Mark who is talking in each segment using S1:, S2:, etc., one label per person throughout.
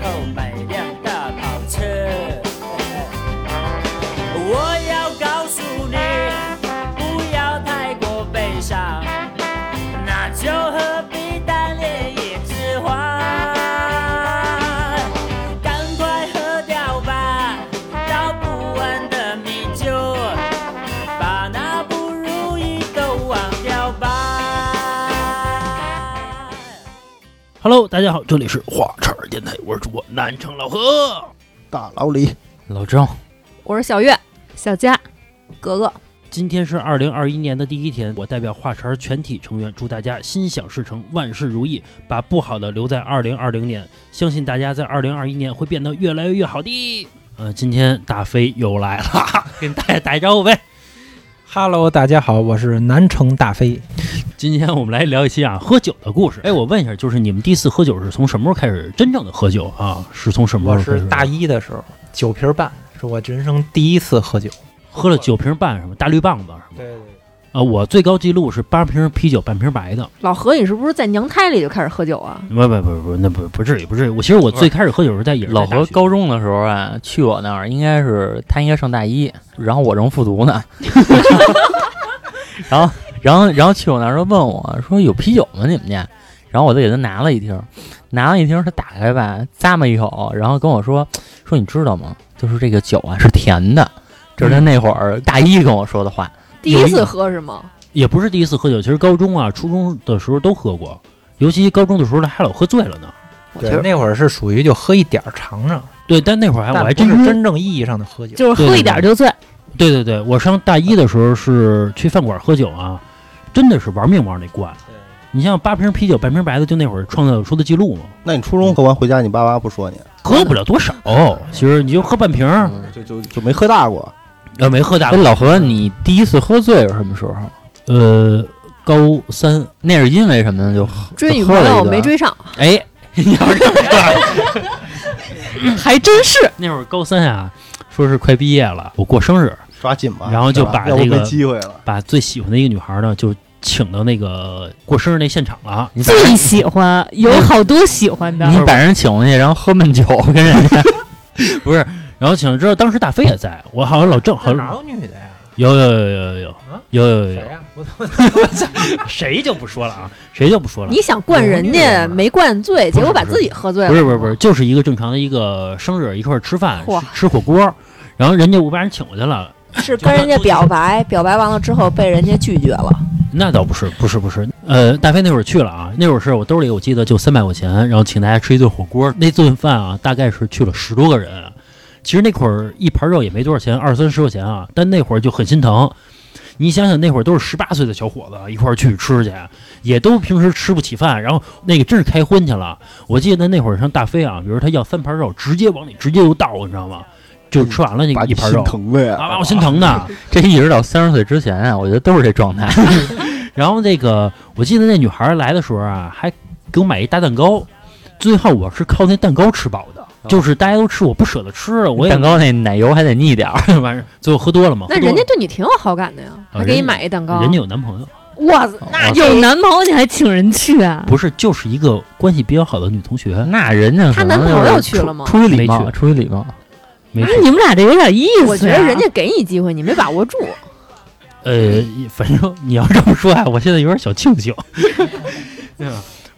S1: 购买辆大跑车。我要告诉你，不要太过悲伤，那就何必单恋一枝花？赶快喝掉吧，倒不完的米酒，把那不如意都忘掉吧。
S2: Hello，大家好，这里是华晨电台，我是主播南城老何。
S3: 大老李，
S4: 老郑，
S5: 我是小月、小佳、格格。
S2: 今天是二零二一年的第一天，我代表华晨全体成员祝大家心想事成，万事如意，把不好的留在二零二零年，相信大家在二零二一年会变得越来越好的。呃，今天大飞又来了， 哈哈跟大家打一招呼呗。
S6: Hello，大家好，我是南城大飞。
S2: 今天我们来聊一期啊喝酒的故事。哎，我问一下，就是你们第一次喝酒是从什么时候开始？真正的喝酒啊，是从什么
S6: 我
S2: 时候开始？
S6: 是大一的时候，酒瓶儿半是我人生第一次喝酒。
S2: 喝了九瓶半什么大绿棒子什么
S6: 对对，
S2: 啊，我最高记录是八瓶啤酒半瓶白的。
S5: 老何，你是不是在娘胎里就开始喝酒啊？
S2: 不不不不，那不不至于不至于。我其实我最开始喝酒是在也是在
S4: 老
S2: 大
S4: 何
S2: 学
S4: 高中的时候啊，去我那儿应该是他应该上大一，然后我正复读呢， 然后然后然后去我那儿说问我说有啤酒吗你们家？然后我就给他拿了一听，拿了一听，他打开吧，咂摸一口，然后跟我说说你知道吗？就是这个酒啊是甜的，这
S2: 嗯
S4: 是他那会儿大一跟我说的话。
S5: 第一次喝是吗？
S2: 也不是第一次喝酒，其实高中啊、初中的时候都喝过，尤其高中的时候还老喝醉了呢。
S5: 我觉
S6: 对，
S5: 得
S6: 那会儿是属于就喝一点儿尝尝，
S2: 对，但那会儿还哎我还
S6: 但不
S2: 真
S6: 是真正意义上的喝酒。
S5: 就是喝一点就醉。
S2: 对对对，我上大一的时候是去饭馆喝酒啊，真的是玩命往里灌。你像八瓶啤酒、半瓶白的，就那会儿创造出的记录嘛，
S3: 那你初中喝完回家，你爸妈不说你，
S2: 喝不了哦多少。其实你就喝半瓶，
S4: 嗯
S3: 就就就没喝大过。
S2: 呃，没喝大
S4: 哎，。老何，你第一次喝醉是什么时候？
S2: 呃，高三
S4: 那是因为什么呢？就
S5: 追女
S4: 喝
S5: 朋
S4: 了一
S5: 友
S4: 顿
S5: 没追上，
S4: 哎，你要这么说，
S5: 还真是。
S2: 那会儿高三啊，说是快毕业了，我过生日，
S3: 抓紧吧，
S2: 然后就是
S3: 吧
S2: 把
S3: 要不
S2: 这个
S3: 没机会了。
S2: 把最喜欢的一个女孩呢，就请到那个过生日那现场了。
S4: 你把
S7: 最喜欢，有好多喜欢的。
S4: 你把人请过去，然后喝闷酒跟 人家，
S2: 然后请知道当时大飞也在，我好像老郑好
S6: 那哪
S2: 像
S6: 有女的呀？
S2: 有有有有有有有有
S6: 谁
S2: 有，
S6: 呀？我怎么
S2: 啊谁就不说了啊，谁就不说了
S5: 你。想灌人家没灌醉，结果把自己喝醉了。
S2: 不是不是不是，就是一个正常的一个生日，一块儿吃饭
S5: 嚯
S2: 吃吃火锅，然后人家我把人请过去了，
S5: 是跟人家表白，表白完了之后被人家拒绝了。
S2: 那倒不是不是不是，呃，大飞那会儿去了啊，那会儿是我兜里我记得就三百块钱，然后请大家吃一顿火锅，那顿饭啊大概是去了十多个人，啊其实那会儿一盘肉也没多少钱，二三十块钱啊，但那会儿就很心疼。你想想，那会儿都是十八岁的小伙子啊一块儿去吃去，也都平时吃不起饭，然后那个真是开荤去了。我记得那会儿上大飞啊，比如他要三盘肉，直接往里直接就倒，你知道吗？就吃完了那
S3: 把
S2: 个一
S3: 你
S2: 盘
S3: 心
S2: 肉，
S3: 疼的呀！
S2: 啊，把我心疼的。
S4: 这一直到三十岁之前啊，我觉得都是这状态。
S2: 然后那个，我记得那女孩来的时候啊，还给我买一大蛋糕。最后我是靠那蛋糕吃饱的，
S4: 哦
S2: 就是大家都吃，我不舍得吃，我 也
S4: 蛋糕那奶油还得腻点儿，
S2: 完事儿最后喝多了嘛。
S5: 那
S2: 喝多
S5: 人家
S2: 了
S5: 对你挺有好感的呀，还给你买一蛋糕。
S2: 人家有男朋友，
S5: 哇塞，那
S7: 有男朋友你还请人去啊？
S2: 不是就是一个关系比较好的女同学，
S4: 那人家
S5: 她
S4: 可
S5: 男
S4: 能
S5: 朋
S4: 就是
S5: 友去了吗
S4: 出出于礼
S2: 没
S4: 貌，哎
S2: 去
S4: 出于礼貌。
S2: 没
S7: 啊你们俩这有点意思、啊。
S5: 我觉得人家给你机会，你没把握住。
S2: 呃，反正你要这么说啊，我现在有点小庆幸。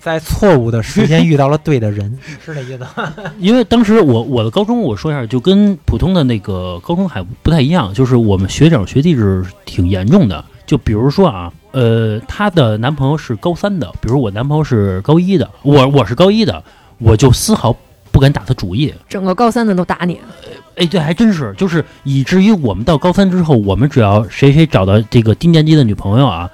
S6: 在错误的时间遇到了对的人，是这意思吗？
S2: 因为当时我我的高中，我说一下，就跟普通的那个高中还不太一样，就是我们学长学弟是挺严重的。就比如说啊，呃，她的男朋友是高三的，比如我男朋友是高一的，我我是高一的，我就丝毫不敢打他主意。
S5: 整个高三的都打你，
S2: 哎，对，还真是，就是以至于我们到高三之后，我们只要谁谁找到这个低年级的女朋友啊，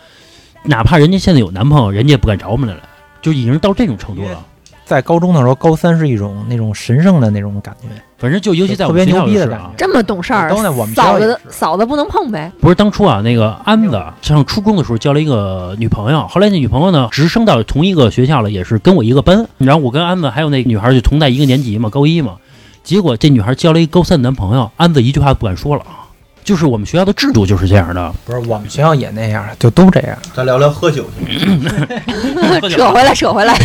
S2: 哪怕人家现在有男朋友，人家也不敢找我们来了，就已经到这种程度了。
S6: 在高中的时候，高三是一种那种神圣的那种感觉，
S2: 反正就尤其在我
S6: 特
S2: 们
S6: 别
S2: 学
S6: 牛
S2: 校
S6: 逼
S2: 也
S6: 的
S2: 是
S6: 感
S2: 啊
S6: 觉。。
S5: 这么懂事儿
S6: 都在我，们学
S5: 嫂
S6: 校也
S5: 子
S6: 是
S5: 嫂子不能碰呗。
S2: 不是当初啊，那个安子上初中的时候交了一个女朋友，后来那女朋友呢直升到同一个学校了，也是跟我一个班。然后我跟安子还有那女孩就同在一个年级嘛，高一嘛。结果这女孩交了一个高三的男朋友，安子一句话都不敢说了，就是我们学校的制度就是这样的。
S6: 不是我们学校也那样，就都这样。
S3: 咱聊聊喝酒去，
S5: 扯回来，扯回来，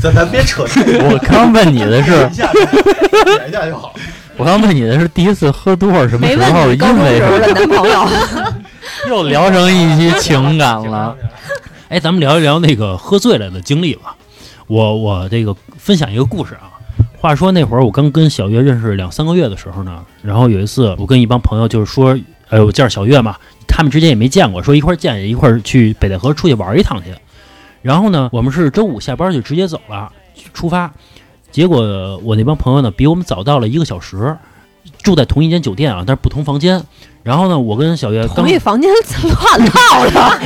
S3: 咱咱别扯这个，
S4: 我刚问你的是
S3: 点一，下，点一下就好。
S4: 我刚问你的是第一次喝多少什么
S7: 没
S4: 时
S7: 问
S4: 候，
S7: 你高
S4: 因
S7: 中
S4: 为什
S7: 时候
S4: 么
S7: 的男朋友，
S4: 又 聊成一期情感 了。
S2: 哎，咱们聊一聊那个喝醉了的经历吧。我我这个分享一个故事啊。话说那会儿我刚跟小月认识两三个月的时候呢，然后有一次我跟一帮朋友就是说，哎，我介绍小月嘛，他们之间也没见过，说一块儿见一块儿去北戴河出去玩一趟去。然后呢，我们是周五下班就直接走了，出发。结果我那帮朋友呢，比我们早到了一个小时，住在同一间酒店啊，但是不同房间。然后呢，我跟小月刚
S5: 同一房间乱套 了。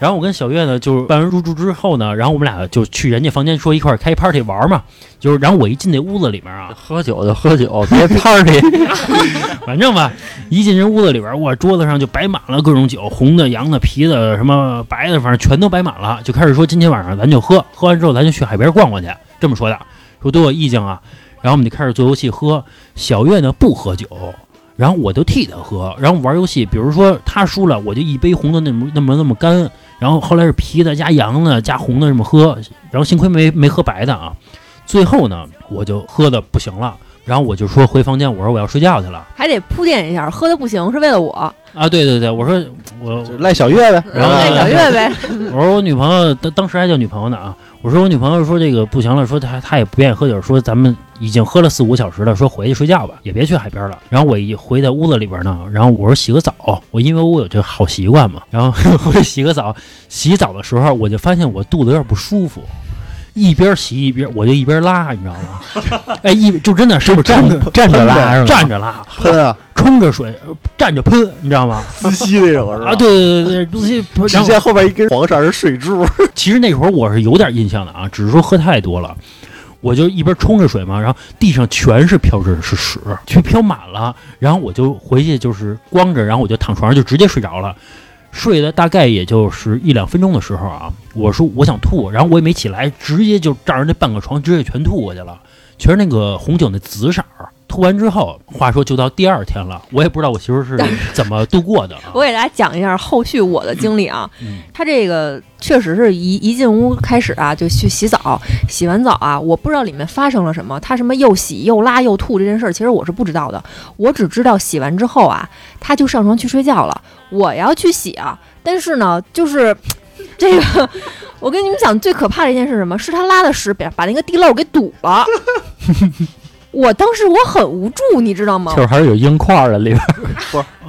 S2: 然后我跟小月呢，就是办完入住之后呢，然后我们俩就去人家房间说一块儿开 party 玩嘛，就是然后我一进那屋子里面啊，
S4: 喝酒就喝酒，别 party。
S2: 反正吧，一进人屋子里边，哇，桌子上就摆满了各种酒，红的、洋的、啤的、什么白的，反正全都摆满了，就开始说今天晚上咱就喝，喝完之后咱就去海边逛逛去，这么说的，说都有意境啊。然后我们就开始做游戏喝，小月呢不喝酒，然后我就替她喝，然后玩游戏，比如说她输了，我就一杯红的那么那么那么干，然后后来是啤的加洋的加红的这么喝，然后幸亏没没喝白的啊。最后呢，我就喝的不行了，然后我就说回房间，我说我要睡觉去了。
S5: 还得铺垫一下，喝的不行是为了我，哎
S2: 啊，对对对，我说我
S3: 就赖小月呗，
S2: 然后
S5: 赖小月呗，
S2: 我说我女朋友当当时还叫女朋友呢啊，我说我女朋友说这个不行了，说她她也不愿意喝酒，说咱们已经喝了四五个小时了，说回去睡觉吧，也别去海边了。然后我一回在屋子里边呢，然后我说洗个澡，我因为我有这好习惯嘛，然后回去洗个澡，洗澡的时候我就发现我肚子有点不舒服。一边洗一边，我就一边拉，你知道吗？哎，一就真的是不是站着
S6: 站着拉是吧？
S2: 站着拉，
S3: 喷啊，
S2: 冲着水，站着喷，你知道吗？
S3: 呲吸那种是吧？
S2: 啊，，对对对对，东西不然
S3: 只
S2: 后啊
S3: 见后边一根黄色的水珠，
S2: 其实那会儿我是有点印象的啊，只是说喝太多了，我就一边冲着水嘛，然后地上全是飘着是屎，全飘满了，然后我就回去就是光着，然后我就躺床上就直接睡着了。睡了大概也就是一两分钟的时候啊，我说我想吐，然后我也没起来，直接就仗着那半个床直接全吐过去了，全是那个红酒那紫色儿。吐完之后，话说就到第二天了，我也不知道我媳妇儿 是怎么度过的啊。
S5: 我给大家讲一下后续我的经历啊，
S2: 嗯
S5: 他这个确实是一一进屋开始啊，就去洗澡，洗完澡啊，我不知道里面发生了什么，他什么又洗又拉又吐这件事儿，其实我是不知道的，我只知道洗完之后啊，他就上床去睡觉了，我要去洗啊，但是呢，就是 这个。我跟你们讲，最可怕的一件事是什么？是他拉的屎把把那个地漏给堵了。 我当时我很无助，你知道吗？
S4: 就是还是有硬块儿的里边，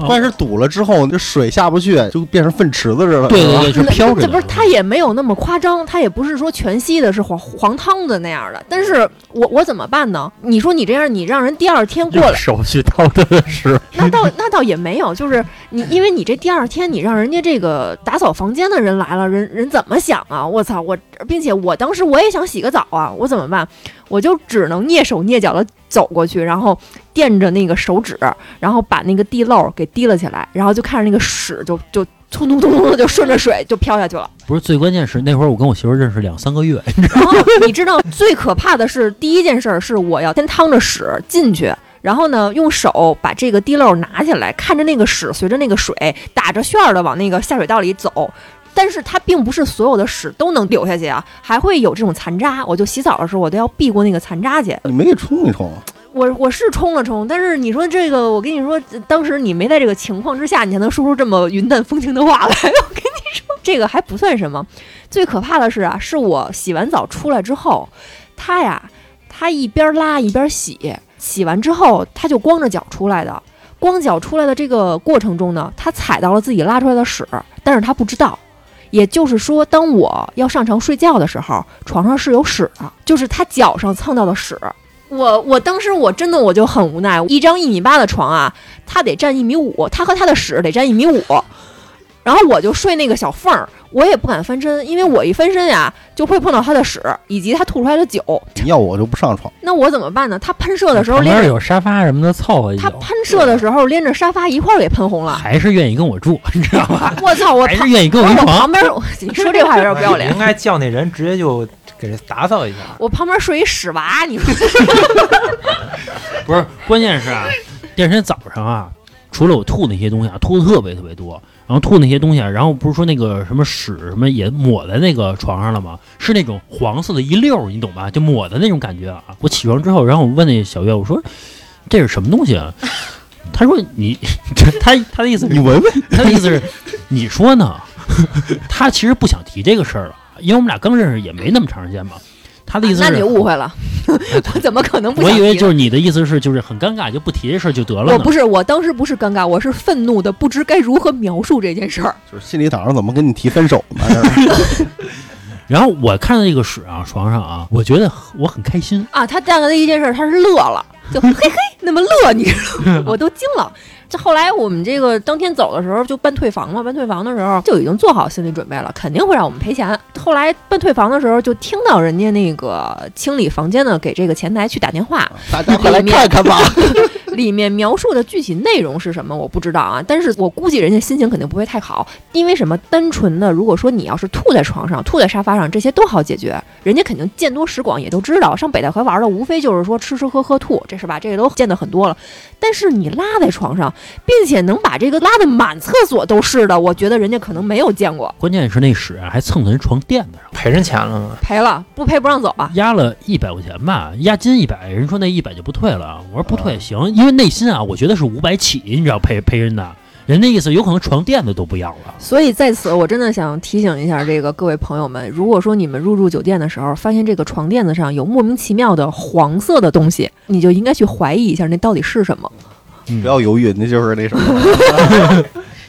S3: 关键是堵了之后，这水下不去，就变成粪池子似的。
S2: 对
S3: 是吧
S2: 对对，是
S5: 那
S2: 飘着
S5: 这
S2: 的。
S5: 不是，它也没有那么夸张，它也不是说全吸的是黄黄汤的那样的。但是我我怎么办呢？你说你这样，你让人第二天过
S4: 用
S5: 来，
S4: 手去掏他的屎。
S5: 那倒那倒也没有，就是你因为你这第二天你让人家这个打扫房间的人来了，人人怎么想啊？我操，我并且我当时我也想洗个澡啊，我怎么办？我就只能蹑手蹑脚的走过去，然后垫着那个手指，然后把那个地漏给提了起来，然后就看着那个屎就就通通通通的就顺着水就飘下去了。
S2: 不是最关键是那会儿我跟我媳妇儿认识两三个月，
S5: 然后哦你知道最可怕的是，第一件事儿是我要先趟着屎进去。然后呢，用手把这个地漏拿起来，看着那个屎随着那个水打着旋儿的往那个下水道里走。但是它并不是所有的屎都能流下去啊，还会有这种残渣。我就洗澡的时候，我都要避过那个残渣去。
S3: 你没给冲一冲，
S5: 我我是冲了冲，但是你说这个，我跟你说，当时你没在这个情况之下，你才能说出这么云淡风轻的话来。我跟你说，这个还不算什么，最可怕的是啊，是我洗完澡出来之后，他呀，他一边拉一边洗，洗完之后他就光着脚出来的。光脚出来的这个过程中呢，他踩到了自己拉出来的屎，但是他不知道。也就是说，当我要上床睡觉的时候，床上是有屎的，就是他脚上蹭到的屎。我我当时我真的我就很无奈，一张一米八的床啊，他得占一米五，他和他的屎得占一米五，然后我就睡那个小缝儿，我也不敢翻身，因为我一翻身呀、就会碰到他的屎以及他吐出来的酒，
S3: 你要我就不上床。
S5: 那我怎么办呢？他喷射的时候
S4: 旁
S5: 连
S4: 边
S5: 着
S4: 有沙发什么的，凑合一
S5: 他
S4: 宿。
S5: 喷射的时候连着沙发一块儿给喷红了，
S2: 还是愿意跟我住，你知道吗？
S5: 我操！我
S2: 还
S5: 旁
S2: 是愿意跟我一
S5: 我
S2: 床。
S5: 旁边，我你说这话有点不要脸
S6: 应。该叫那人直接就给人打扫一下。
S5: 我旁边睡一屎娃，你说
S2: 不是，关键是啊，第二天早上啊，除了我吐那些东西啊，吐的特别特别多，然后吐那些东西啊，然后不是说那个什么屎什么也抹在那个床上了吗？是那种黄色的一溜儿，你懂吧？就抹的那种感觉啊。我起床之后，然后我问那小月，我说这是什么东西啊？他说你， 他他的意思是
S3: 你闻闻，
S2: 他的意思是，你说呢？ 他其实不想提这个事儿了，因为我们俩刚认识也没那么长时间嘛。他的意思
S5: 啊那
S2: 是，
S5: 你就误会了，我怎么可能不
S2: 哎我
S5: 想
S2: 以为
S5: 提
S2: 就是你的意思是，就是很尴尬，就不提这事儿就得了
S5: 我
S2: 呢。
S5: 不是，我当时不是尴尬，我是愤怒的，不知该如何描述这件事儿。
S3: 就是心里想着怎么跟你提分手 呢？这是
S2: 然后我看到这个屎啊，床上啊，我觉得我很开心。
S5: 啊，他干了一件事，他是乐了，就嘿嘿那么乐，你知 道吗？我都惊了。这后来我们这个当天走的时候，就办退房嘛，办退房的时候就已经做好心理准备了，肯定会让我们赔钱。后来办退房的时候，就听到人家那个清理房间的给这个前台去打电话，
S3: 大家快来看看吧！
S5: 里面描述的具体内容是什么我不知道啊，但是我估计人家心情肯定不会太好，因为什么？单纯的，如果说你要是吐在床上、吐在沙发上，这些都好解决，人家肯定见多识广，也都知道。上北戴河玩的，无非就是说吃吃喝喝吐，这是吧？这个都见得很多了。但是你拉在床上，并且能把这个拉的满厕所都是的，我觉得人家可能没有见 过。
S2: 关键是那屎啊，还蹭到人床垫子上，
S6: 赔人钱了吗？
S5: 赔了，不赔不让走啊！
S2: 压了一百块钱吧，押金一百，人说那一百就不退了。我说不退行，因为内心啊，我觉得是五百起，你知道赔赔人的，人那意思有可能床垫子都不要了。
S5: 所以在此，我真的想提醒一下这个各位朋友们，如果说你们入住酒店的时候发现这个床垫子上有莫名其妙的黄色的东西，你就应该去怀疑一下那到底是什么。
S3: 不要犹豫，那就是那什么，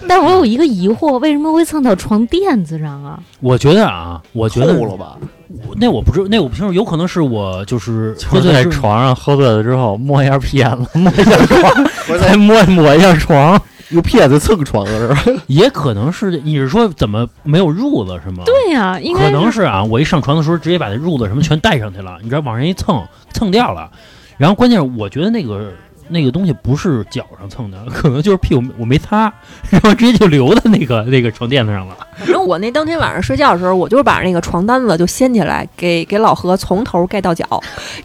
S7: 但我有一个疑惑，为什么会蹭到床垫子上啊？
S2: 我觉得啊，我觉得
S3: 透了吧？
S2: 我那我不知，那我不清楚，有可能是我就是
S4: 就
S2: 喝
S4: 是
S2: 醉
S4: 在
S2: 之后
S4: 床上喝醉了之后摸一下屁眼子，摸一下 床，
S3: 不是
S4: 再摸摸一下 床。
S3: 用屁眼子蹭床了是吧？
S2: 也可能是你是说怎么没有褥子是吗？，
S7: 对呀、应该
S2: 可能是啊，我一上床的时候直接把那褥子什么全带上去了，你知道往上一蹭蹭掉了，然后关键是我觉得那个那个东西不是脚上蹭的，可能就是屁股我没擦，然后直接就留在那个那个床垫子上了。
S5: 反正 我那当天晚上睡觉的时候，我就是把那个床单子就掀起来，给给老何从头盖到脚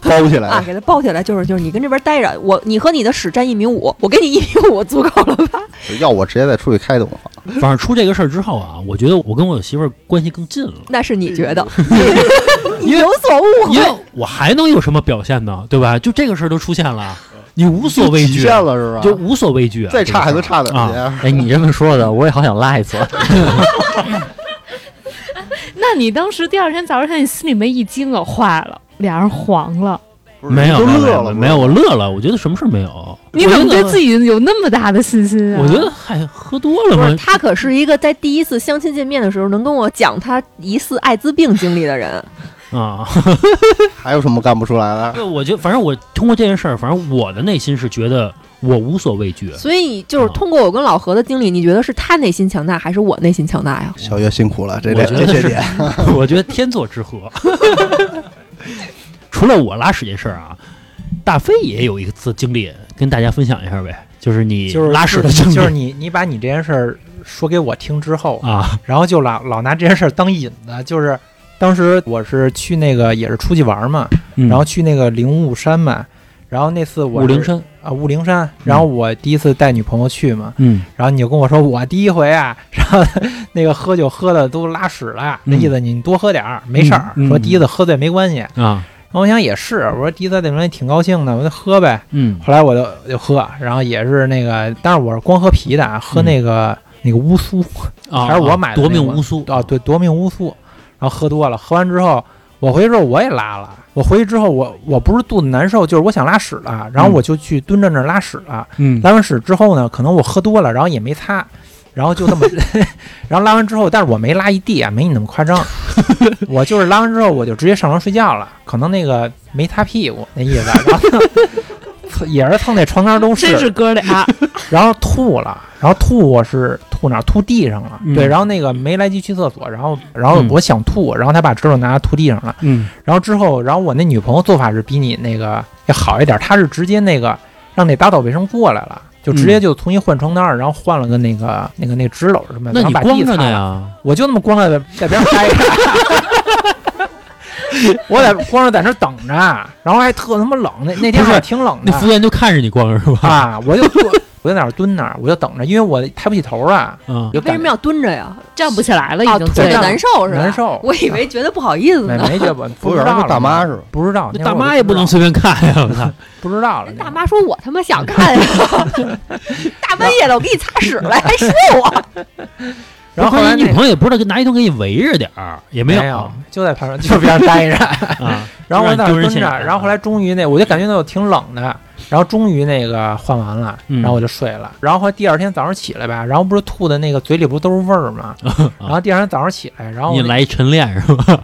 S3: 包起
S5: 啊，
S3: 来，
S5: 给他抱起来，就是就是你跟这边待着，我你和你的屎占一米五，我给你一米五足够了吧？
S3: 要我直接再出去开动了。
S2: 反正出这个事儿之后啊，我觉得我跟我媳妇儿关系更近了。
S5: 那是你觉得， 你有所啊误
S2: 因为
S5: 会。
S2: 我还能有什么表现呢？对吧？就这个事儿都出现了，你无所畏
S3: 极
S2: 惧，
S3: 限了是吧？
S2: 就无所畏惧啊。
S3: 再差还能差
S2: 点
S3: 点
S2: 儿
S3: 儿
S2: 去
S3: 去。
S4: 哎，你这么说的，我也好想拉一次。
S7: 那你当时第二天早上看，你心里没一惊啊？坏了，俩人黄了，
S2: 没有
S3: 都
S2: 没有没
S3: 乐
S2: 有
S3: 了，
S2: 没有，我乐了，我觉得什么事儿没有。
S7: 你怎么对自
S2: 己？
S7: 己有那么大的信心啊？
S2: 我觉得还喝多了
S5: 不
S2: 吗
S5: 是，？他可是一个在第一次相亲见面的时候能跟我讲他疑似艾滋病经历的人。
S2: 啊，
S3: 还有什么干不出来 的？
S2: 对，我觉得反正我通过这件事儿，反正我的内心是觉得我无所畏惧。
S5: 所以就是通过我跟老何的经历，你觉得是他内心强大还是我内心强大呀？
S3: 小月辛苦了，这
S2: 我
S3: 这
S2: 觉得
S3: 这
S2: 是
S3: 些点，
S2: 我觉得天作之合。 除了我拉屎这事儿啊，大飞也有一次经历，跟大家分享一下呗，就是你
S6: 就是
S2: 拉屎的经历、
S6: 就是你你把你这件事儿说给我听之后，
S2: 啊，
S6: 然后就老老拿这件事儿当引子，就是当时我是去那个也是出去玩嘛，
S2: 嗯
S6: 然后去那个灵雾山嘛，然后那次我
S2: 武
S6: 是
S2: 陵山，
S6: 啊雾灵山，然后我第一次带女朋友去嘛，
S2: 嗯，
S6: 然后你就跟我说我第一回啊，然后那个喝酒喝的都拉屎了，那
S2: 嗯
S6: 意思你多喝点儿没事儿，
S2: 嗯嗯
S6: 说第一次喝醉没关系。然
S2: 啊，
S6: 后我想也是，我说第一次在那边挺高兴的，我就喝呗。
S2: 嗯
S6: 后来我就就喝，然后也是那个，但是我是光喝啤的啊，喝那个、那个乌苏
S2: 啊，
S6: 还是我买的
S2: 夺
S6: 那
S2: 命
S6: 款
S2: 乌苏
S6: 啊，对，夺命乌苏。然后喝多了，喝完之后我回去之后我也拉了，我回去之后我我不是肚子难受，就是我想拉屎了，然后我就去蹲在那儿拉屎了。
S2: 嗯
S6: 拉完屎之后呢，可能我喝多了，然后也没擦，然后就这么， 然后拉完之后，但是我没拉一地啊，没你那么夸张，我就是拉完之后我就直接上床睡觉了，可能那个没擦屁股那意思，啊然后 蹭也是蹭那床单都
S7: 真是哥俩，
S6: 然后吐了，然后吐我是吐哪儿？吐地上了。
S2: 嗯
S6: 对，然后那个没来及去厕所，然后然后我想吐，然后他把指头拿吐地上了。
S2: 嗯
S6: 然后之后，然后我那女朋友做法是比你那个要好一点，她是直接那个让那打扫卫生过来了。就直接就重新换床单儿，然后换了个那个那个那纸篓什么
S2: 那
S6: 的，然后
S2: 你
S6: 把
S2: 光
S6: 地
S2: 着
S6: 擦
S2: 呢
S6: 了。
S2: 呀？
S6: 我就那么光着在边上待着，我在光着在那儿等着，然后还特他妈冷，那那天
S2: 不是
S6: 还挺冷的。
S2: 那服务员就看着你光着是吧？
S6: 啊，我就坐我就在那儿蹲那儿，我就等着，因为我抬不起头啊，
S2: 嗯
S6: 就
S5: 为
S6: 感
S5: 什么
S6: 觉
S5: 要蹲着呀？
S7: 站不起来了，
S5: 啊，
S7: 已经
S5: 腿
S7: 醉了。
S5: 难受是吧？
S6: 难受
S5: 我以为觉得不好意思
S6: 没
S5: 呢。
S6: 没 觉得，不
S3: 服务
S6: 知
S3: 员
S6: 道
S3: 跟
S6: 了
S3: 大妈
S6: 嘛
S3: 似的，
S6: 不知道，
S2: 那
S6: 那
S2: 大
S6: 会儿
S2: 妈
S6: 我
S2: 也
S6: 就
S2: 不能随便看呀！我操，
S6: 不知道了
S5: 人，
S6: 那会
S5: 大
S6: 儿
S5: 妈说：“我他妈想 看呀，大半夜的，我给你擦屎来，还说我。
S6: 然后后来
S2: 你
S6: 那
S2: 朋友也不知道拿一桶给你围着点儿，也没
S6: 没
S2: 有
S6: 有，就在旁边就边待着，
S2: 啊。
S6: 然后我在那儿
S2: 就让你丢人
S6: 蹲着，
S2: 现啊眼
S6: 然后后来终于那我就感觉到挺冷的，然后终于那个换完了，
S2: 嗯
S6: 然后我就睡了。然后后来第二天早上起来吧，然后不是吐的那个嘴里不是都是味儿 吗？然后第二天早上起来，然后
S2: 你
S6: 我那
S2: 啊来一晨练是吧？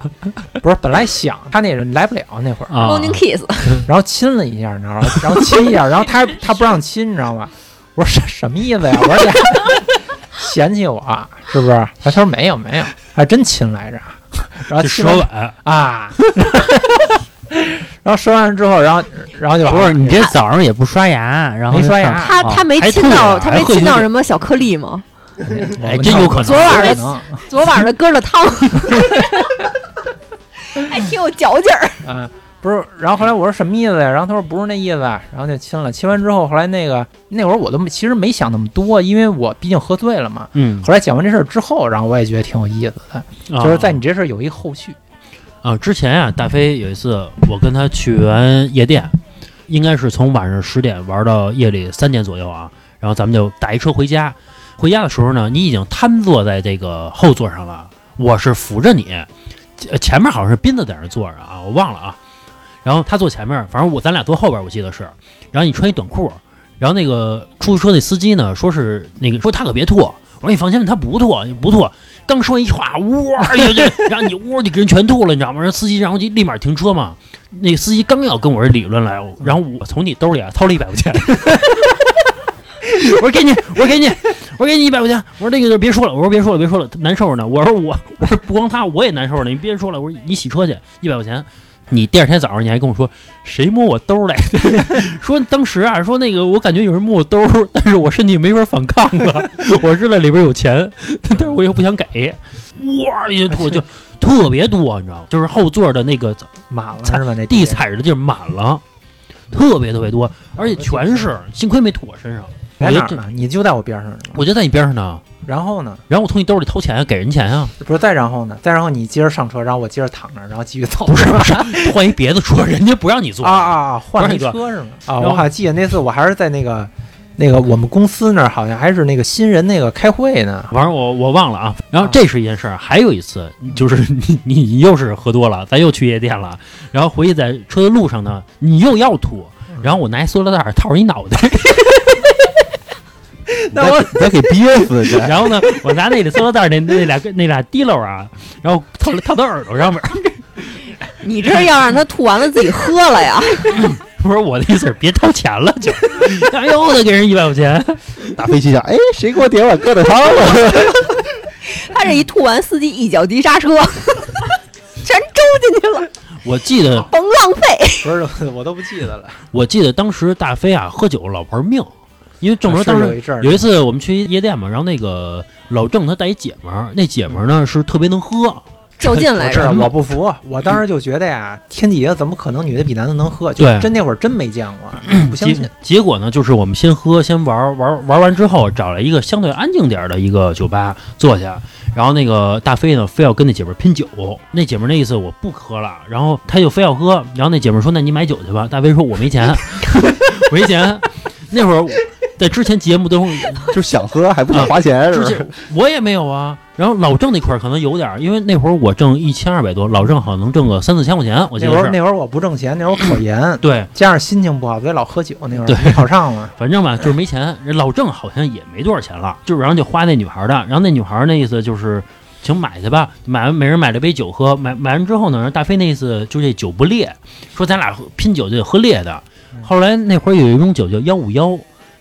S6: 不是本来想他那人来不了那会儿，
S2: 啊，
S5: ”Morning kiss，
S6: 然后亲了一下，你知道吗？ 然后亲一下，然后他他不让亲，你知道吗？我说什什么意思呀？我说这嫌弃我是不是？他说没有没有，还真亲来着。然后
S2: 就舌
S6: 亲完
S2: 吻。
S6: 啊， 然后说完之后，然后然后就啊
S4: 不是你这早上也不刷牙，然后
S6: 没
S4: 就
S6: 刷
S4: 上
S6: 牙
S5: 他
S4: 啊
S5: 他没
S2: 还
S5: 亲
S2: 吐
S5: 到
S2: 了
S5: 他
S2: 还
S5: 没
S2: 喝
S5: 亲
S2: 酒
S5: 到什么小颗粒吗？
S2: 哎，真有可
S5: 昨
S2: 能。
S5: 晚
S6: 可
S5: 的
S6: 能
S5: 昨晚的搁着汤， 还挺有嚼劲儿。
S6: 啊，不是。然后后来我说什么意思呀？然后他说不是那意思，然后就亲了。亲完之后，后来那个那会儿我都没其实没想那么多，因为我毕竟喝醉了嘛。
S2: 嗯，
S6: 后来讲完这事儿之后，然后我也觉得挺有意思的，就是
S2: 哦
S6: 在你这事儿有一后续。
S2: 啊，之前啊，大飞有一次，我跟他去完夜店，应该是从晚上十点玩到夜里三点左右啊，然后咱们就打一车回家。回家的时候呢，你已经瘫坐在这个后座上了，我是扶着你，呃前面好像是斌子在那坐着啊，我忘了啊。然后他坐前面，反正我咱俩坐后边，我记得是。然后你穿一短裤，然后那个出租车那司机呢，说是那个说他可别吐，我说你放心，他不吐，不吐。刚说完一句话，呜，哎呀，这然后你呜就给人全吐了，你知道吗？然后司机然后就立马停车嘛。那个司机刚要跟我这理论来，然后我从你兜里啊掏了一百块钱，我说给你，我说给你，我说给你一百块钱，我说那个就别说了，我说别说了，别说了，难受着呢。我说我，我说不光他，我也难受呢。你别说了，我说你洗车去，一百块钱。你第二天早上你还跟我说谁摸我兜儿来， 说当时啊说那个我感觉有人摸我兜儿，但是我身体没法反抗了，我知道里边有钱，但是我又不想给，哇一吐就特别多，你知道吗？就是后座的那个
S6: 满了是吧？那
S2: 地踩着的地儿满了，特别特别多，而且全是，幸亏没吐我身上。我
S6: 在
S2: 觉
S6: 哪
S2: 得
S6: 儿
S2: 这，
S6: 呢？你就在我边上呢。
S2: 我就在你边上呢，
S6: 然后呢？
S2: 然后我从你兜里掏钱啊，给人钱啊，
S6: 不是再然后呢？再然后你接着上车，然后我接着躺着，然后继续走。
S2: 不是不是， 换一别的车，人家不让你坐
S6: 啊啊啊！换了一车是吗？啊，我好像记得那次我还是在那个那个我们公司那儿，好像还是那个新人那个开会呢。
S2: 反正我我忘了啊。然后这是一件事儿，还有一次就是你你你又是喝多了，咱又去夜店了，然后回去在车的路上呢，你又要吐，然后我拿一塑料袋儿套着你脑袋，
S6: 那我
S3: 得给憋死去。
S2: 然后呢，我拿那个塑料袋儿那那俩那俩滴漏啊，然后套套到耳朵上面。
S5: 你这要让他吐完了自己喝了呀？
S2: 不是我的意思是别掏钱了，就哎呦得给人一百块钱，
S3: 打飞机想，哎，谁给我点碗疙瘩汤啊了？
S5: 他这一吐完，司机一脚急刹车， 全周进去了，
S2: 我记得
S5: 甭浪费。
S6: 不是我都不记得了。
S2: 我记得当时大飞啊喝酒老玩命，因为郑州当
S6: 是有
S2: 时
S6: 一阵儿
S2: 有一次我们去夜店嘛，然后那个老郑他带一姐们儿，那姐们儿呢是特别能喝，
S5: 较劲来
S6: 不是
S5: 着，
S6: 我不服，我当时就觉得呀，天底下怎么可能女的比男的能喝？就
S2: 对
S6: 真那会儿真没见 过，不相
S2: 结
S6: 信。
S2: 结果呢就是我们先喝先玩儿玩儿玩儿完之后找了一个相对安静点儿的一个酒吧坐下，然后那个大飞呢非要跟那姐们儿拼酒，那姐们儿那意思我不喝了，然后他就非要喝，然后那姐们儿说那你买酒去吧，大飞说我没钱， 我没钱，那会儿我在之前节目都
S3: 就是想喝还不想花钱，是
S2: 之
S3: 不
S2: 前
S3: 是？
S2: 我也没有啊。然后老郑那块儿可能有点儿，因为那会儿我挣一千二百多，老郑好像能挣个三四千块钱，我记
S6: 那会
S2: 得
S6: 儿
S2: 是。
S6: 那会儿我不挣钱，那会儿 考研，
S2: 对，
S6: 加上心情不好，所以老喝酒。那会
S2: 对
S6: 儿没考上 嘛，
S2: 反正吧，就是没钱。人老郑好像也没多少钱了，就是然后就花那女孩的，然后那女孩那意思就是，请买去吧，买完每人买了杯酒喝，买买完之后呢，然后大飞那意思就这酒不烈，说咱俩喝拼酒就得喝烈的。后来那会儿有一种酒叫幺五幺，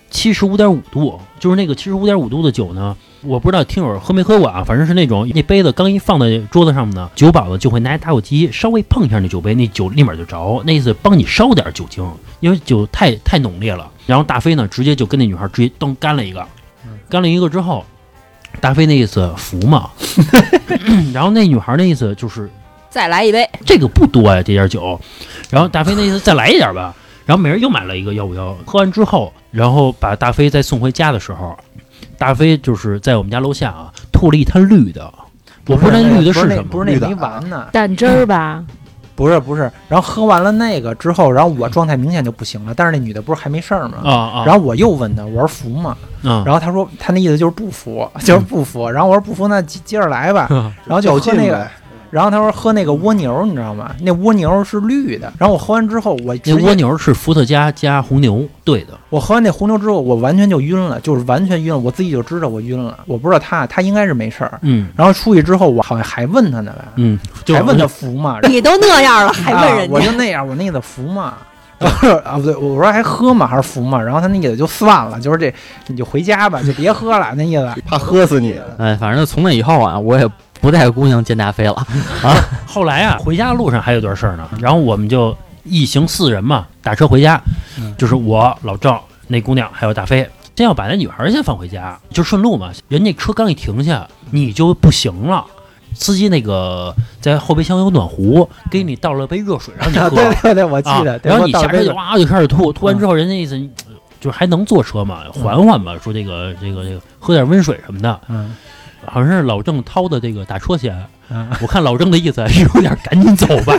S2: 七十五点五度，就是那个七十五点五度的酒呢，我不知道听友喝没喝过啊，反正是那种那杯子刚一放在桌子上呢，酒保子就会拿打火机稍微碰一下那酒杯，那酒立马就着，那意思帮你烧点酒精，因为酒太太浓烈了。然后大飞呢，直接就跟那女孩直接当干了一个，
S6: 嗯
S2: 干了一个之后，大飞那意思服 嘛，然后那女孩那意思就是
S5: 再来一杯。
S2: 这个不多呀、这点酒。然后大飞那意思再来一点吧。然后每人又买了一个幺五幺，喝完之后，然后把大飞再送回家的时候，大飞就是在我们家楼下啊吐了一滩绿的，我不知道那绿的
S6: 不是
S2: 什
S6: 那
S2: 么，
S6: 不是
S3: 绿
S6: 那
S3: 的
S6: 没完呢，
S7: 胆汁儿吧？
S6: 不是不是。然后喝完了那个之后，然后我状态明显就不行了，但是那女的不是还没事儿吗？
S2: 啊啊，
S6: 嗯然后我又问她，我说服吗？
S2: 后
S6: 然后她说她那意思就是不服，就是不服。然后我说不服，那接接着来吧。
S2: 后
S6: 然后就
S3: 较
S6: 喝
S3: 劲
S6: 那个
S3: 呗，
S6: 然后她说喝那个蜗牛，你知道吗？那蜗牛是绿的。然后我喝完之后，我直
S2: 那
S6: 接
S2: 蜗牛是伏特加加红牛兑的，
S6: 我喝完那红牛之后，我完全就晕了，就是完全晕了，我自己就知道我晕了。我不知道她，她应该是没事儿。
S2: 嗯
S6: 然后出去之后，我好像还问她呢吧，
S2: 嗯，就
S6: 还问她服吗？
S5: 你都那样了，还问
S6: 啊
S5: 人
S6: 我
S5: 家？
S6: 就那样，我那意思服嘛。 然后啊，不对，我说还喝吗？还是服吗？然后他那意思就算了，就是这你就回家吧，就别喝了，那意思。
S3: 怕喝死你。
S4: 哎，反正从那以后啊，我也不带姑娘见大飞了。
S2: 后来啊，回家路上还有段事儿呢，然后我们就一行四人嘛，打车回家，
S6: 嗯
S2: 就是我老赵那姑娘还有大飞，先要把那女孩儿先放回家，就顺路嘛。人家车刚一停下，你就不行了。司机那个在后备箱有暖壶，给你倒了杯热水让你
S6: 啊，
S2: 喝，
S6: 对对对，我记得。
S2: 啊、
S6: 对
S2: 然后
S6: 我
S2: 你
S6: 倒
S2: 下
S6: 了杯
S2: 车就
S6: 水嗯
S2: 哇就开始吐，吐完之后人家意思你就是还能坐车吗？缓缓吧，说这个这个这个喝点温水什么的，
S6: 嗯
S2: 好像是老郑掏的这个打车钱。
S6: 嗯，
S2: 我看老郑的意思是有点赶紧走 吧，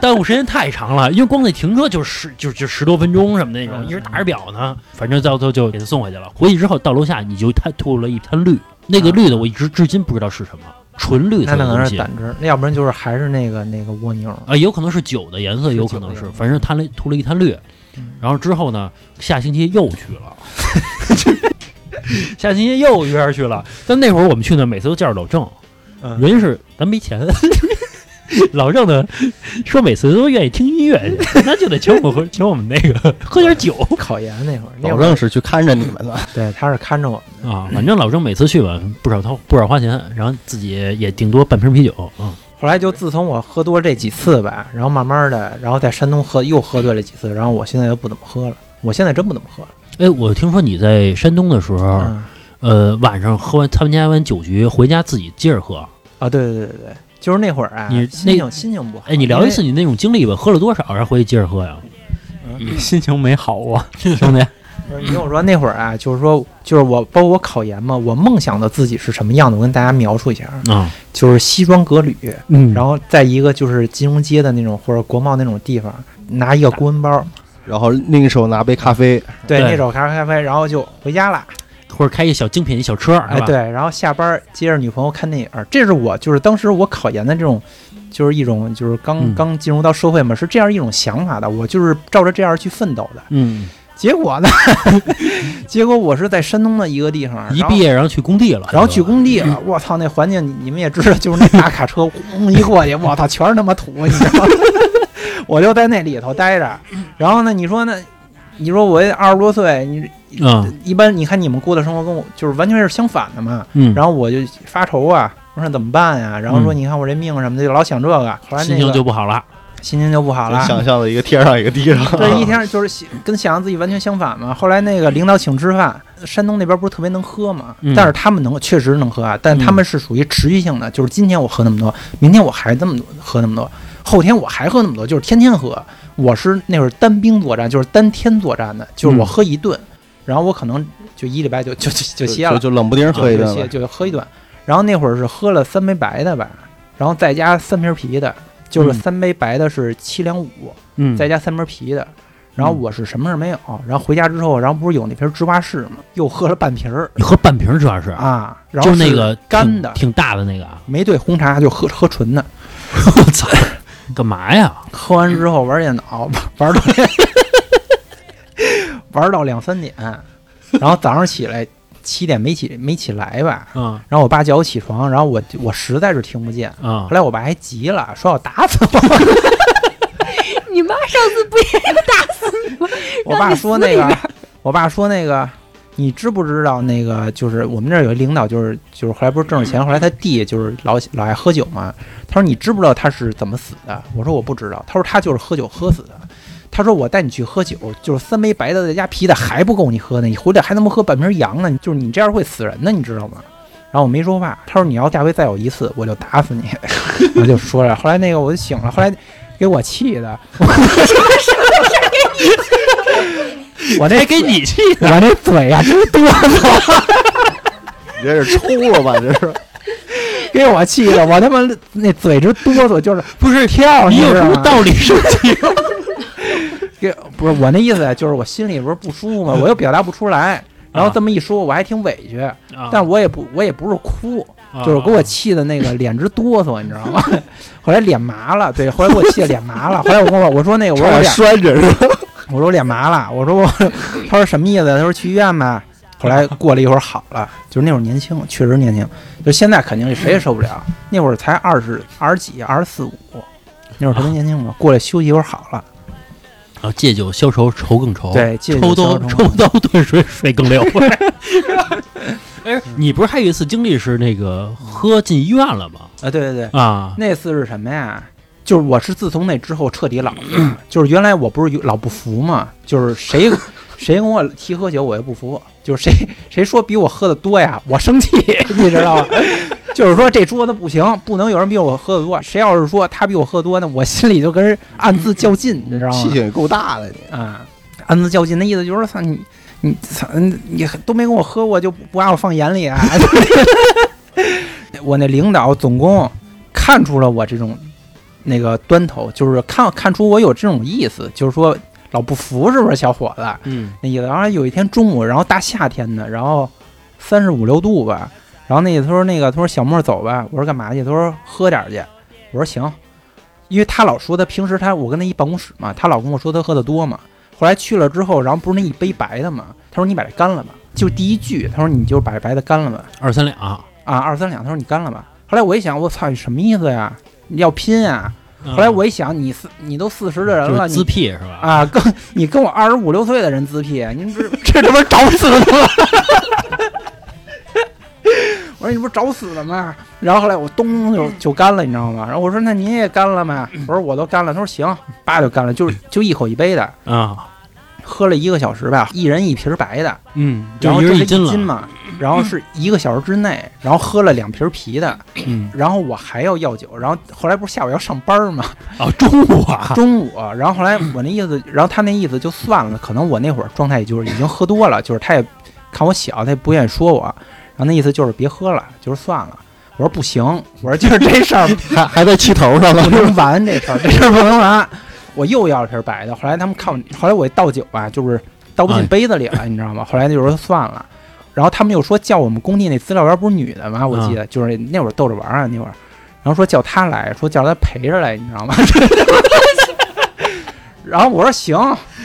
S2: 耽误时间太长了，因为光那停车就十就就十多分钟什么那种，
S6: 嗯
S2: 一人打着表呢，反正到最后就给他送回去了。回去之后到楼下你就他吐了一滩绿，那个绿的我一直至今不知道是什么，纯绿
S6: 那
S2: 色
S6: 啊那
S2: 的
S6: 可能
S2: 东
S6: 是
S2: 西。
S6: 胆汁，那要不然就是还是那个那个蜗牛。
S2: 啊，有可能是酒的颜色，有可能
S6: 是酒
S2: 是
S6: 的，嗯
S2: 反正他了吐了一滩绿，然后之后呢，下星期又去了， 下星期又约着去了。但那会儿我们去呢，每次都叫着老郑，
S6: 嗯
S2: 原因是咱没钱。 老郑呢说每次都愿意听音乐，那就得请我喝，请我们那 个喝点酒
S6: 考研那会儿，那
S3: 老
S6: 会儿
S3: 郑是去看着你们的，
S6: 对，他是看着我。
S2: 啊。反正老郑每次去吧，不少掏不少花钱，然后自己也顶多半瓶啤酒啊。
S6: 后来就自从我喝多这几次吧，然后慢慢的，然后在山东喝又喝醉了几次，然后我现在就不怎么喝了。我现在真不怎么喝了。
S2: 哎，我听说你在山东的时候，
S6: 嗯
S2: 呃，晚上喝完参加完酒局回家自己接着喝。
S6: 啊，对对对对对，就是那会儿啊，
S2: 你
S6: 心
S2: 那
S6: 情心情不好。
S2: 哎，你聊一
S6: 因为
S2: 次你那种经历吧，喝了多少，然后回去接着喝呀？
S4: 心情没好过，兄弟。
S6: 不是，你听我说那会儿啊，就是说，就是我包括我考研嘛，我梦想的自己是什么样的，我跟大家描述一下啊，
S2: 啊，
S6: 就是西装革履，
S2: 嗯
S6: 然
S2: 后
S6: 后在一个就是金融街的那种或者国贸那种地方，拿一个公文包，
S3: 然后另一手拿杯咖啡，
S6: 对，
S2: 对
S6: 那种咖啡咖啡，然后就回家了，
S2: 或者开一小精品一小车，
S6: 哎
S2: 是，吧？
S6: 对，然后下班接着女朋友看电影儿，这是我就是当时我考研的这种。就是一种，就是刚
S2: 嗯
S6: 刚进入到社会嘛，是这样一种想法的。我就是照着这样去奋斗的。
S2: 嗯，
S6: 结果呢， 结果我是在山东的一个地方，
S2: 一
S6: 然后
S2: 毕业然后去工地了，
S6: 嗯然后去
S2: 是吧
S6: 工地了，我操，那环境你你们也知道，就是那大卡车轰一过去，我操，全是他妈土，你知道吗？ 我就在那里头待着，然后呢，你说呢？你说我二十多岁，你
S2: 嗯
S6: 一般你看你们过的生活跟我就是完全是相反的嘛。
S2: 嗯，
S6: 然后我就发愁啊，我说怎么办呀、然后说
S2: 嗯
S6: 你看我这命什么的，就老想这个。后来
S2: 心
S6: 那
S2: 情
S6: 个
S2: 就不好了。
S6: 心情就不好了，
S3: 想象的一个天上一个地上。 啊
S6: 对，一天就是想跟想象自己完全相反嘛。后来那个领导请吃饭，山东那边不是特别能喝嘛，
S2: 嗯
S6: 但是他们能确实能喝啊，但他们是属于持续性的，就是今天我喝那么多，明天我还那么多喝那么多，后天我还喝那么多，就是天天喝。我是那会儿单兵作战，就是单天作战的，就是我喝一顿，然后我可能就一礼拜就就就
S3: 就
S6: 就歇了，
S3: 就冷不丁喝一
S6: 就
S3: 顿
S6: 歇
S3: 呗。
S6: 就喝一顿。然后那会儿是喝了三杯白的吧，然后再加三瓶啤的，就是
S2: 嗯
S6: 三杯白的是七两五。
S2: 嗯，
S6: 再加三瓶啤的。然后我是什么事儿没有，然后回家之后，然后不是有那瓶芝华士吗？又喝了半瓶儿
S2: 你喝半瓶儿主要是，
S6: 啊，然后
S2: 就是那个
S6: 干的
S2: 挺，挺大的那个啊。
S6: 没兑红茶就喝喝纯的。
S2: 我操，干嘛呀？
S6: 喝完之后玩电脑，玩到玩到两三点，然后早上起来七点没起没起来吧，
S2: 啊
S6: 然后我爸叫我起床，然后我我实在是听不见，
S2: 啊
S6: 后，来我爸还急了，说要打死我。
S5: 你妈上次不也打死你吗？
S6: 我爸说那个，我爸说那个，你知不知道那个？就是我们那儿有一领导，就是就是后来不是挣了钱，后来他弟就是老老爱喝酒嘛。他说你知不知道他是怎么死的？我说我不知道。他说他就是喝酒喝死的。他说我带你去喝酒，就是三杯白的再加啤的还不够你喝呢，你回来还他妈喝半瓶洋呢，就是你这样会死人的，你知道吗？然后我没说话，他说你要下回再有一次，我就打死你。 我就说了，后来那个我就醒了，后来给我气的，
S5: 什么事儿给
S6: 我这
S2: 还给你气的，
S6: 我这嘴呀、真哆嗦，
S3: 你这是抽了吧？这 是
S6: 给我气的，我他妈那嘴直哆嗦，就是
S2: 不哦是啊
S6: 跳，
S2: 你有
S6: 知
S2: 什
S6: 道
S2: 么
S6: 吗
S2: 道理生 气？
S6: 给不是我那意思，就是我心里不是不舒服吗？我又表达不出来，然后这么一说，我还挺委屈，
S2: 啊嗯
S6: 但我也不我也不是哭，就是给我气的那个脸直哆嗦，你知道吗？后来脸麻了，对，后来给我气的脸麻了。后来我跟我我说那个我说我
S3: 我
S6: 脸
S3: 拴着是吧？
S6: 我说我脸麻了，我说我他说什么意思？他说去医院吧。后来过了一会儿好了，就是那会儿年轻，确实年轻，就现在肯定谁也受不了。那会儿才二十二十几，二十四五，那会儿特别年轻嘛。过来休息一会儿好了，
S2: 啊，借酒消愁愁更愁，
S6: 对，借
S2: 抽
S6: 酒消
S2: 刀
S6: 愁
S2: 抽刀断水水更 流。 哎，你不是还有一次经历是那个喝进医院了吗？
S6: 啊，对对对，
S2: 啊，
S6: 那次是什么呀？就是我是自从那之后彻底老了，就是原来我不是有老不服嘛，就是谁 谁跟我提喝酒我也不服，就是谁谁说比我喝的多呀，我生气， 你知道吗？就是说这桌子不行，不能有人比我喝的多。谁要是说他比我喝多呢，我心里就跟人暗自较劲，你知道
S3: 气
S6: 吗？
S3: 性也够大的，你
S6: 啊，暗自较劲的意思就是操你你操你都没跟我喝过，就不不把我放眼里啊！ 我那领导总工看出了我这种那个端头，就是看看出我有这种意思，就是说老不服是不是小伙子？
S2: 嗯，
S6: 那意思。然后有一天中午，然后大夏天的，然后三十五六度吧，然后那意思他说那个他说小莫走吧，我说干嘛去？他说喝点儿去，我说行，因为他老说他平时他我跟他一办公室嘛，他老跟我说他喝的多嘛。后来去了之后，然后不是那一杯白的嘛，他说你把这干了吧，就第一句他说你就把这白的干了吧，
S2: 二三两。
S6: 啊二三两，他说你干了吧。后来我一想，我操，你什么意思呀？你要拼啊！
S2: 后
S6: 后来我一想，你四你都四十的人
S2: 嗯就
S6: 了，
S2: 是
S6: 你
S2: 自闭是吧？
S6: 啊，跟你跟我二十五六岁的人自闭，您这 这这不是找死了吗？ 我说你不是找死了吗？然后后来我咚就就干了，你知道吗？然后我说那您也干了吗？我说我都干了。他说行，叭就干了，就是就一口一杯的，
S2: 啊，
S6: 喝了一个小时吧，一人一瓶白的，
S2: 嗯，
S6: 然后
S2: 一
S6: 就是
S2: 人
S6: 一
S2: 斤了，
S6: 斤嘛，然后是一个小时之内，然后喝了两瓶啤的，
S2: 嗯，
S6: 然后我还要要酒，然后后来不是下午要上班吗？
S2: 啊，中午啊，
S6: 中午，然后后来我那意思，然后他那意思就算了，可能我那会儿状态也就是已经喝多了， 就是他也看我小，他也不愿意说我，然后那意思就是别喝了，就是算了。我说不行，我说就是这事儿
S3: 还还在气头 上了
S6: 不。能完，这事儿这事儿不能完。我又要了瓶白的，后来他们看我，后来我倒酒啊，就是倒不进
S2: 哎
S6: 杯子里了，你知道吗？后来就说算了，然后他们又说叫我们工地那资料员不是女的吗？我记得、就是那会儿逗着玩儿啊，那会儿，然后说叫她来，说叫她陪着来，你知道吗？ 然后我说行，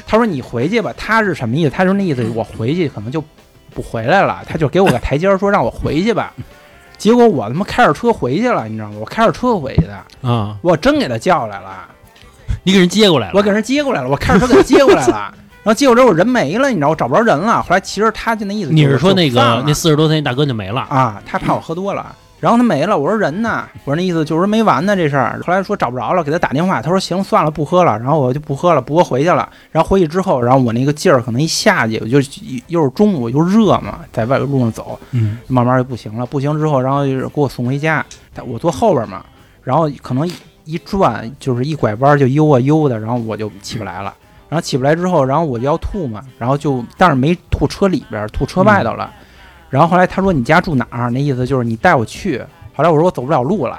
S6: 他说你回去吧，他是什么意思？他说那意思我回去可能就不回来了，他就给我个台阶儿，说让我回去吧。结果我他妈开着车回去了，你知道吗？我开着车回去的，
S2: 啊，
S6: 我真给他叫来
S2: 哎
S6: 了，
S2: 你给人接过来了，
S6: 我给人接过来了，我开着车给他接过来 了，然后接过来之后人没了，你知道，我找不着人了。后来其实他就那意思，
S2: 你是说那
S6: 就放
S2: 个
S6: 了
S2: 那四十多岁那大哥就没了？
S6: 啊？他怕我喝多了，然后他没了，我说人呢？我说那意思就是说没完呢这事儿。后来说找不着了，给他打电话，他说行，算了，不喝了。然后我就不喝了，不过回去了。然后回去之后，然后我那个劲儿可能一下去，我就又是中午又热嘛，在外边路上走，
S2: 嗯，
S6: 慢慢就不行了，不行之后，然后就是给我送回家，他我坐后边嘛，然后可能一一转就是一拐弯就悠啊悠的，然后我就起不来了，然后起不来之后，然后我就要吐嘛，然后就但是没吐车里边，吐车外头了，然后后来他说你家住哪儿？那意思就是你带我去，后来我说我走不了路了，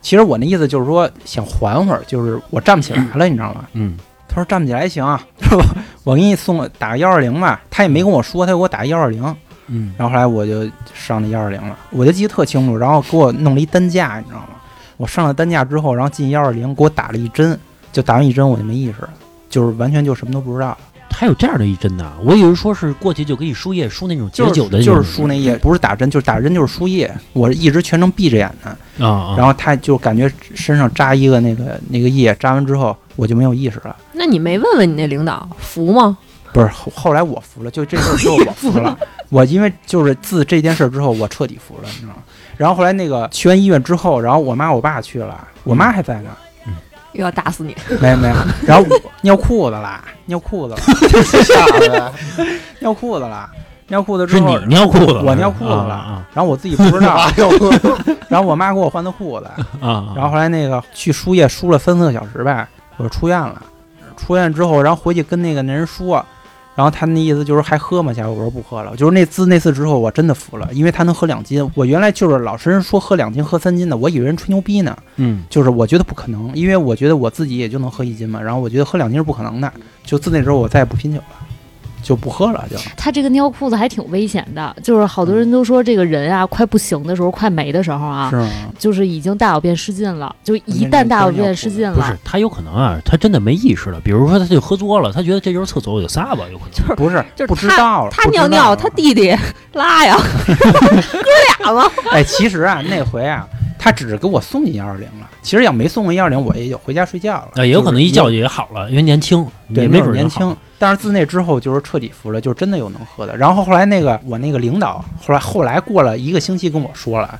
S6: 其实我那意思就是说想缓会儿，就是我站不起来了，你知道吗？
S2: 嗯，
S6: 他说站不起来行，他说 我给你送个打个幺二零吧，他也没跟我说，他给我打幺二零。
S2: 嗯，
S6: 然后后来我就上那幺二零了，我就记得特清楚。然后给我弄了一担架，你知道吗？我上了担架之后，然后进幺二零给我打了一针，就打完一针我就没意识了，就是完全就什么都不知道了，
S2: 还有这样的一针呢？我以为说是过去就给你输液，输那种解
S6: 就是
S2: 酒的，
S6: 就是输那液，不是打针，就是打针就是输液。我一直全程闭着眼呢，
S2: 啊啊，
S6: 然后他就感觉身上扎一个那个那个液，扎完之后我就没有意识了。
S5: 那你没问问你那领导服吗？
S6: 不是后后来我服了，就这事儿之后 我服了。我因为就是自这件事儿之后，我彻底服了，你知道吗？然后后来那个去完医院之后，然后我妈我爸去了，我
S2: 嗯
S6: 妈还在呢，
S5: 又要打死你！
S6: 没没有。然后我尿裤子啦，尿 裤子啦，
S3: 吓的，
S6: 尿裤子啦，尿裤子之
S2: 是
S6: 后
S2: 你，尿裤子了，
S6: 我尿裤子
S2: 啊
S6: 了，
S2: 啊
S6: 然后我自己不知道，
S3: 哎呦，
S6: 然后我妈给我换的裤子，
S2: 啊啊，
S6: 然后后来那个去输液输了三四个小时呗，我就出院了。出院之后，然后回去跟那个那人说，然后他那意思就是还喝吗？下午我说不喝了，就是那自那次之后我真的服了，因为他能喝两斤，我原来就是老是人说喝两斤喝三斤的，我以为人吹牛逼呢，
S2: 嗯，
S6: 就是我觉得不可能，因为我觉得我自己也就能喝一斤嘛，然后我觉得喝两斤是不可能的，就自那之后我再也不拼酒了，就不喝了就。
S7: 他这个尿裤子还挺危险的，就是好多人都说这个人啊，快不行的时候，快没的时候啊，
S6: 是吗？
S7: 就是已经大小便失禁了，就一旦大小便失禁
S2: 不是
S7: 了，
S2: 他有可能啊，他真的没意识了，比如说他就喝多了，他觉得这就是厕所，我就撒吧，有可能。
S6: 不是，
S5: 就是
S6: 不知
S5: 他
S6: 道了
S5: 他
S6: 不知
S5: 尿
S6: 道
S5: 尿，
S6: 了
S5: 他弟弟拉 呀，哥俩嘛。
S6: 哎，其实啊，那回啊，他只是给我送进幺二零了。其实要没送过幺二零，我也就回家睡觉了。
S2: 啊，也有可能一
S6: 觉
S2: 觉也好了，因为年轻，
S6: 对
S2: 也没
S6: 那会
S2: 准就
S6: 儿年
S2: 好了
S6: 轻。，但是自那之后就是彻底服了，就是真的有能喝的。然后后来那个我那个领导，后来后来过了一个星期跟我说了，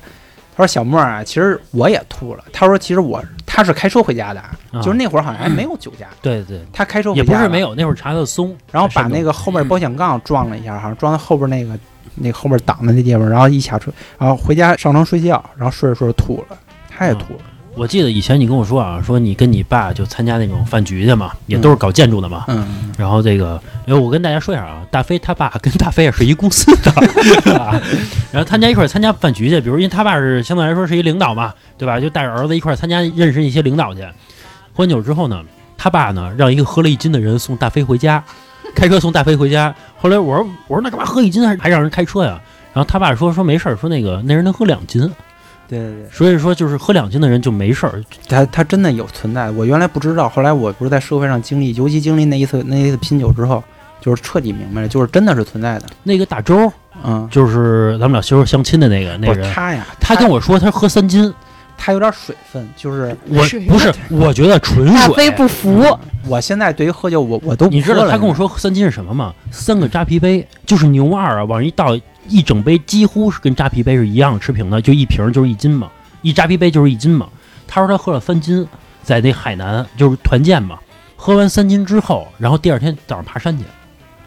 S6: 他说小莫啊，其实我也吐了。他说其实我他是开车回家的，
S2: 啊
S6: 就是那会儿好像还没有酒驾，
S2: 对对，
S6: 他开车回
S2: 也
S6: 家
S2: 不是
S6: 了
S2: 没，有，那会儿查的松，
S6: 然后
S2: 在
S6: 把
S2: 山东嗯
S6: 那个后面保险杠撞了一下，好像撞到后边那个那后面挡的那地方，然后一下车，然后回家上床睡觉，然后睡着睡着吐了，他也
S2: 啊
S6: 吐了。
S2: 我记得以前你跟我说啊，说你跟你爸就参加那种饭局去嘛，也都是搞建筑的嘛。
S6: 嗯，
S2: 然后这个，因为我跟大家说一下啊，大飞他爸跟大飞也是一公司的， 啊然后他家一块儿参加饭局去，比如因为他爸是相对来说是一领导嘛，对吧？就带着儿子一块儿参加，认识一些领导去。喝完酒之后呢，他爸呢让一个喝了一斤的人送大飞回家， 开车送大飞回家。后来我说我说那干嘛喝一斤还还让人开车呀？然后他爸说说没事儿，说那个那人能喝两斤，
S6: 对对对，
S2: 所以说就是喝两斤的人就没事儿，
S6: 他他真的有存在的，我原来不知道，后来我不是在社会上经历，尤其经历那一次那一次拼酒之后，就是彻底明白了，就是真的是存在的。
S2: 那个大周，
S6: 嗯，
S2: 就是咱们俩媳妇相亲的那个那个
S6: 不是
S2: 人，
S6: 他呀，
S2: 他
S6: 他
S2: 跟我说他喝三斤，
S6: 他有点水分，就是
S2: 我
S5: 是
S2: 不是，我觉得纯
S5: 大
S2: 水。
S5: 飞不服，
S6: 我现在对于喝酒，我我都不
S2: 你知道
S6: 喝了
S2: 他跟我说喝三斤是什么吗？三个扎啤杯，就是牛二啊，往上一倒，一整杯几乎是跟扎啤杯是一样持平的，就一瓶就是一斤嘛，一扎啤杯就是一斤嘛。他说他喝了三斤，在那海南就是团建嘛，喝完三斤之后，然后第二天早上爬山去。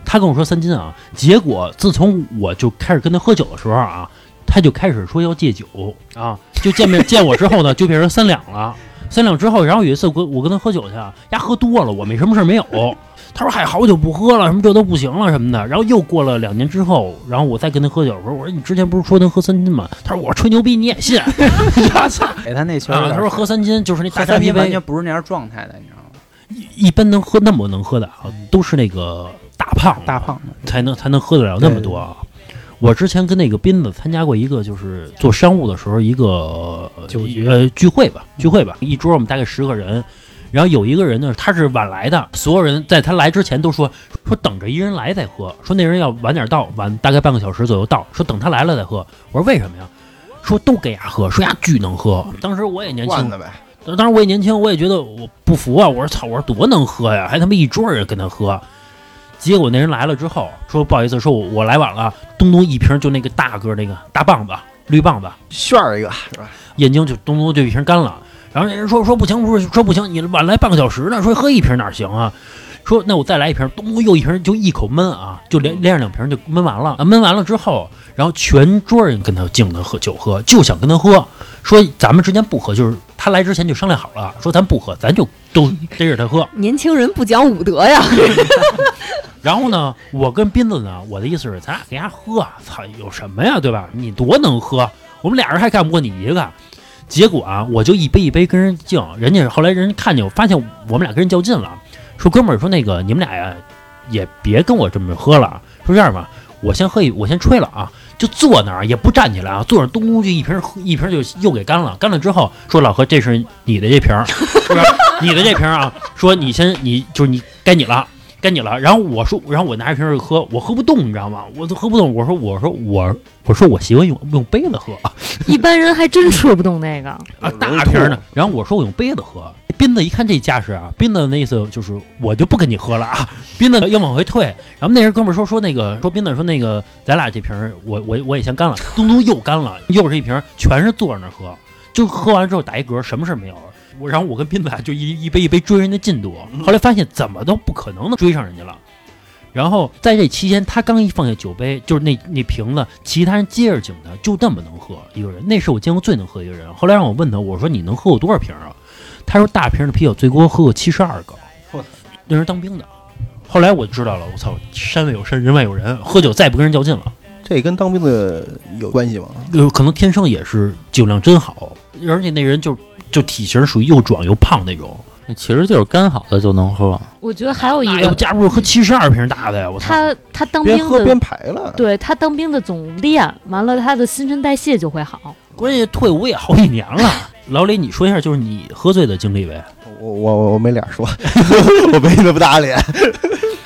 S2: 他跟我说三斤啊，结果自从我就开始跟他喝酒的时候啊，他就开始说要戒酒啊，就见 面见我之后呢，就变成三两了。三两之后，然后有一次我跟我跟他喝酒去啊，丫喝多了，我没什么事儿没有。他说嗨，好久不喝了，什么这都不行了什么的。然后又过了两年之后，然后我再跟他喝酒，我说我说你之前不是说能喝三斤吗？他说我吹牛逼你也 信？我操！
S6: 给他那球，
S2: 啊，他说喝三斤就是那大
S6: 啊喝
S2: 扎
S6: 三
S2: 啤
S6: 瓶完
S2: 杯
S6: 全，不是那样状态的，你知道吗？
S2: 一般能喝那么能喝的啊，都是那个大胖
S6: 大胖子，
S2: 才能才能喝得了那么多啊。我之前跟那个斌子参加过一个，就是做商务的时候一个呃
S6: 酒局
S2: 呃聚会吧，聚会吧，一桌我们大概十个人，然后有一个人呢他是晚来的，所有人在他来之前都说说等着一人来再喝，说那人要晚点到，晚大概半个小时左右到，说等他来了再喝。我说为什么呀？说都给丫喝，说丫巨能喝。当时我也年轻
S3: 惯，的呗，
S2: 当时我也年轻，我也觉得我不服啊！我说操，我说多能喝呀，还他妈一桌人跟他喝。结果那人来了之后说不好意思，说我我来晚了，咚咚一瓶就那个大个那个大棒子绿棒子，
S3: 炫儿一个是吧？
S2: 眼睛就咚咚就一瓶干了。然后那人说说不行，不是说不行，你晚来半个小时呢，说喝一瓶哪行啊？说那我再来一瓶，咚咚又一瓶，就一口闷啊，就连连上两瓶就闷完了。啊闷完了之后，然后全桌人跟他敬他喝酒喝，就想跟他喝，说咱们之前不喝，就是他来之前就商量好了，说咱不喝，咱就都逮着他喝。
S5: 年轻人不讲武德呀。
S2: 然后呢，我跟斌子呢，我的意思是，咱俩给他喝，操，有什么呀，对吧？你多能喝，我们俩人还干不过你一个。结果啊，我就一杯一杯跟人敬，人家后来人看见我，发现我们俩跟人较劲了，说哥们儿，说那个你们俩呀，也别跟我这么喝了，说这样吧，我先喝一，我先吹了啊，就坐那儿也不站起来啊，坐那儿咚咚就一瓶喝一瓶就又给干了，干了之后说老何，这是你的这瓶儿，是吧？你的这瓶儿啊，说你先你就是你该你了。该你了。然后我说，然后我拿一瓶水喝，我喝不动，你知道吗？我都喝不动。我说，我说我我说我习惯用用杯子喝
S7: 一般人还真吃不动那个。
S2: 啊，
S3: 容易
S2: 大
S3: 吐
S2: 瓶儿呢。然后我说我用杯子喝。斌子一看这架势啊，斌子那意思就是我就不跟你喝了啊。 斌子要往回退，然后那人哥们儿说说那个说斌子说那个咱俩这瓶儿我我我也先干了，东东又干了，又是一瓶儿，全是坐着那儿喝，就喝完之后打一嗝，什么事儿没有。我然后我跟斌子啊俩就一一杯一杯追人家进度，后来发现怎么都不可能能追上人家了。然后在这期间，他刚一放下酒杯，就是那那瓶子，其他人接着敬他，就那么能喝一个人。那是我见过最能喝一个人。后来让我问他，我说你能喝过多少瓶啊？他说大瓶的啤酒最多喝过七十二个
S6: 我操。
S2: 那人当兵的。后来我知道了，我操，山外有山，人外有人，喝酒再也不跟人较劲了。
S3: 这跟当兵的有关系吗？
S2: 有可能天生也是酒量真好，而且那人就就体型属于又壮又胖那种。
S4: 其实就是干好的就能喝。
S7: 我觉得还有一
S2: 哎呦，
S7: 个，
S2: 架不住喝七十二瓶大的呀！我操，
S7: 他他当兵
S3: 边喝
S7: 的
S3: 边，排了，
S7: 对他当兵的总练，完了他的新陈代谢就会好。
S2: 关键退伍也好几年了。老李，你说一下就是你喝醉的经历呗？
S3: 我我我我没脸说， 我没那么大脸。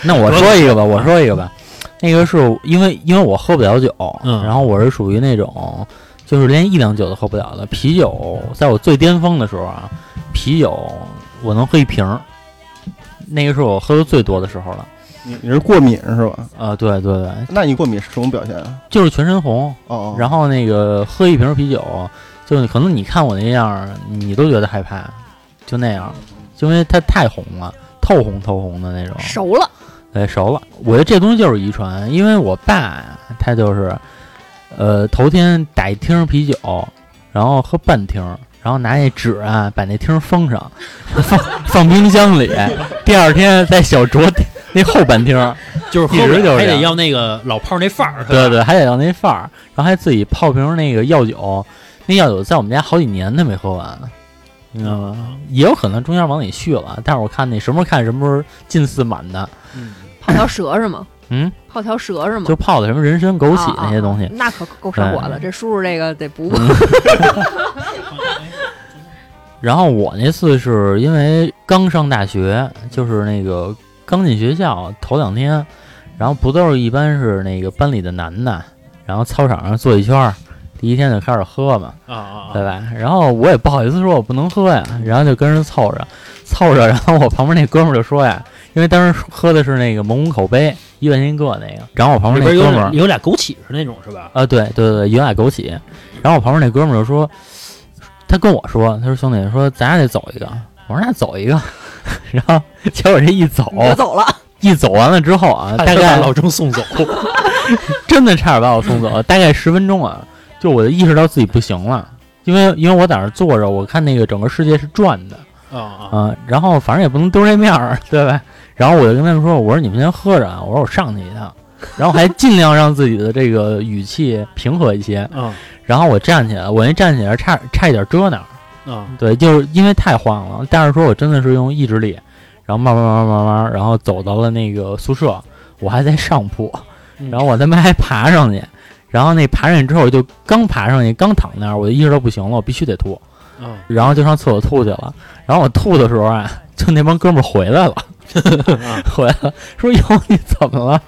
S4: 那我说一个吧，我说一个吧。那个是因为因为我喝不了酒，
S2: 嗯
S4: 然后我是属于那种就是连一两酒都喝不了的。啤酒在我最巅峰的时候啊，啤酒我能喝一瓶儿，那个是我喝的最多的时候了。
S3: 你你是过敏是吧？
S4: 啊，对对对，
S3: 那你过敏是什么表现啊？
S4: 就是全身红，
S3: 哦，
S4: 然后那个喝一瓶啤酒，就是可能你看我那样儿，你都觉得害怕，就那样儿，就因为它太红了，透红透红的那种。
S5: 熟了，
S4: 哎，熟了。我觉得这东西就是遗传，因为我爸他就是，呃，头天打一听啤酒，然后喝半听，然后拿那纸啊把那听封上， 放放冰箱里，第二天再小酌那后半听，
S2: 就是喝
S4: 一直
S2: 不了
S4: 就是
S2: 还
S4: 这
S2: 得
S4: 样
S2: 要那个老炮儿那范儿，是吧
S4: 对对，还得要那范儿，然后还自己泡瓶那个药酒，那药酒在我们家好几年都没喝完，你知道
S2: 嗯
S4: 吗？也有可能中间往里续了，但是我看那什么时候看什么时候近似满的，
S5: 泡条蛇是吗？
S4: 嗯，
S5: 泡条蛇是吗？
S4: 就泡的什么人参、枸杞
S5: 啊啊
S4: 那些东西。哎
S5: 啊那可够上火了。这叔叔这个得 补补。
S4: 然后我那次是因为刚上大学，就是那个刚进学校头两天，然后不都是一般是那个班里的男的，然后操场上坐一圈儿，第一天就开始喝嘛，
S2: 啊啊
S4: 对
S2: 啊！
S4: 吧？然后我也不好意思说我不能喝呀，然后就跟人凑着，凑着，然后我旁边那哥们儿就说呀，因为当时喝的是那个蒙古口杯，一块钱一个那个，然后我旁
S2: 里
S4: 边
S2: 边
S4: 那哥们
S2: 有
S4: 儿
S2: 有俩枸杞是那种是吧？
S4: 啊，对对对，有俩枸杞，然后我旁边那哥们儿就说，他跟我说，他说兄弟，说咱俩得走一个，我说那走一个，然后结果这一走
S5: 我走 了，
S4: 一走完了之后啊，大
S2: 还得把
S4: 概
S2: 老郑送走，
S4: 真的差点把我送走，大概十分钟啊，就我就意识到自己不行了，因为因为我在那儿坐着，我看那个整个世界是转的。
S2: 啊啊！
S4: 啊，然后反正也不能丢这面儿，对吧？然后我就跟他们说，我说你们先喝着啊，我说我上去一趟，然后还尽量让自己的这个语气平和一些。
S2: 啊
S4: 然后我站起来，我那站起来差差一点遮那儿，
S2: 啊！
S4: 对，就是因为太晃了。但是说我真的是用意志力，然后慢慢慢慢慢慢，然后走到了那个宿舍，我还在上铺，
S2: 嗯
S4: 然后我他妈还爬上去，然后那爬上去之后，我就刚爬上去，刚躺那儿，我就意识到不行了，我必须得吐。
S2: 啊
S4: 然后就上厕所吐去了。然后我吐的时候啊，就那帮哥们儿回来了，回来了，说：“哟，你怎么了？”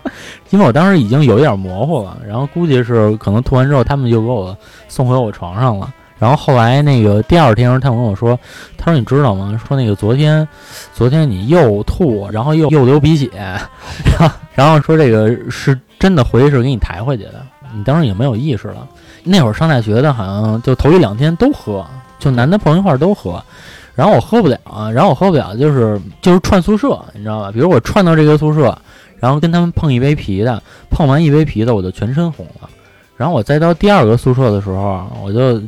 S4: 因为我当时已经有一点模糊了，然后估计是可能吐完之后，他们就给我送回我床上了。然后后来那个第二天，他们跟我说，他说你知道吗？说那个昨天，昨天你又吐，然后又又流鼻血，然后然后说这个是真的回去是给你抬回去的，你当时已经没有意识了。那会儿上大学的，好像就头一两天都喝，就男的朋友一块儿都喝。然后我喝不了，啊然后我喝不了，就是就是串宿舍，你知道吧？比如我串到这个宿舍，然后跟他们碰一杯啤的，碰完一杯啤的我就全身红了。然后我再到第二个宿舍的时候，我就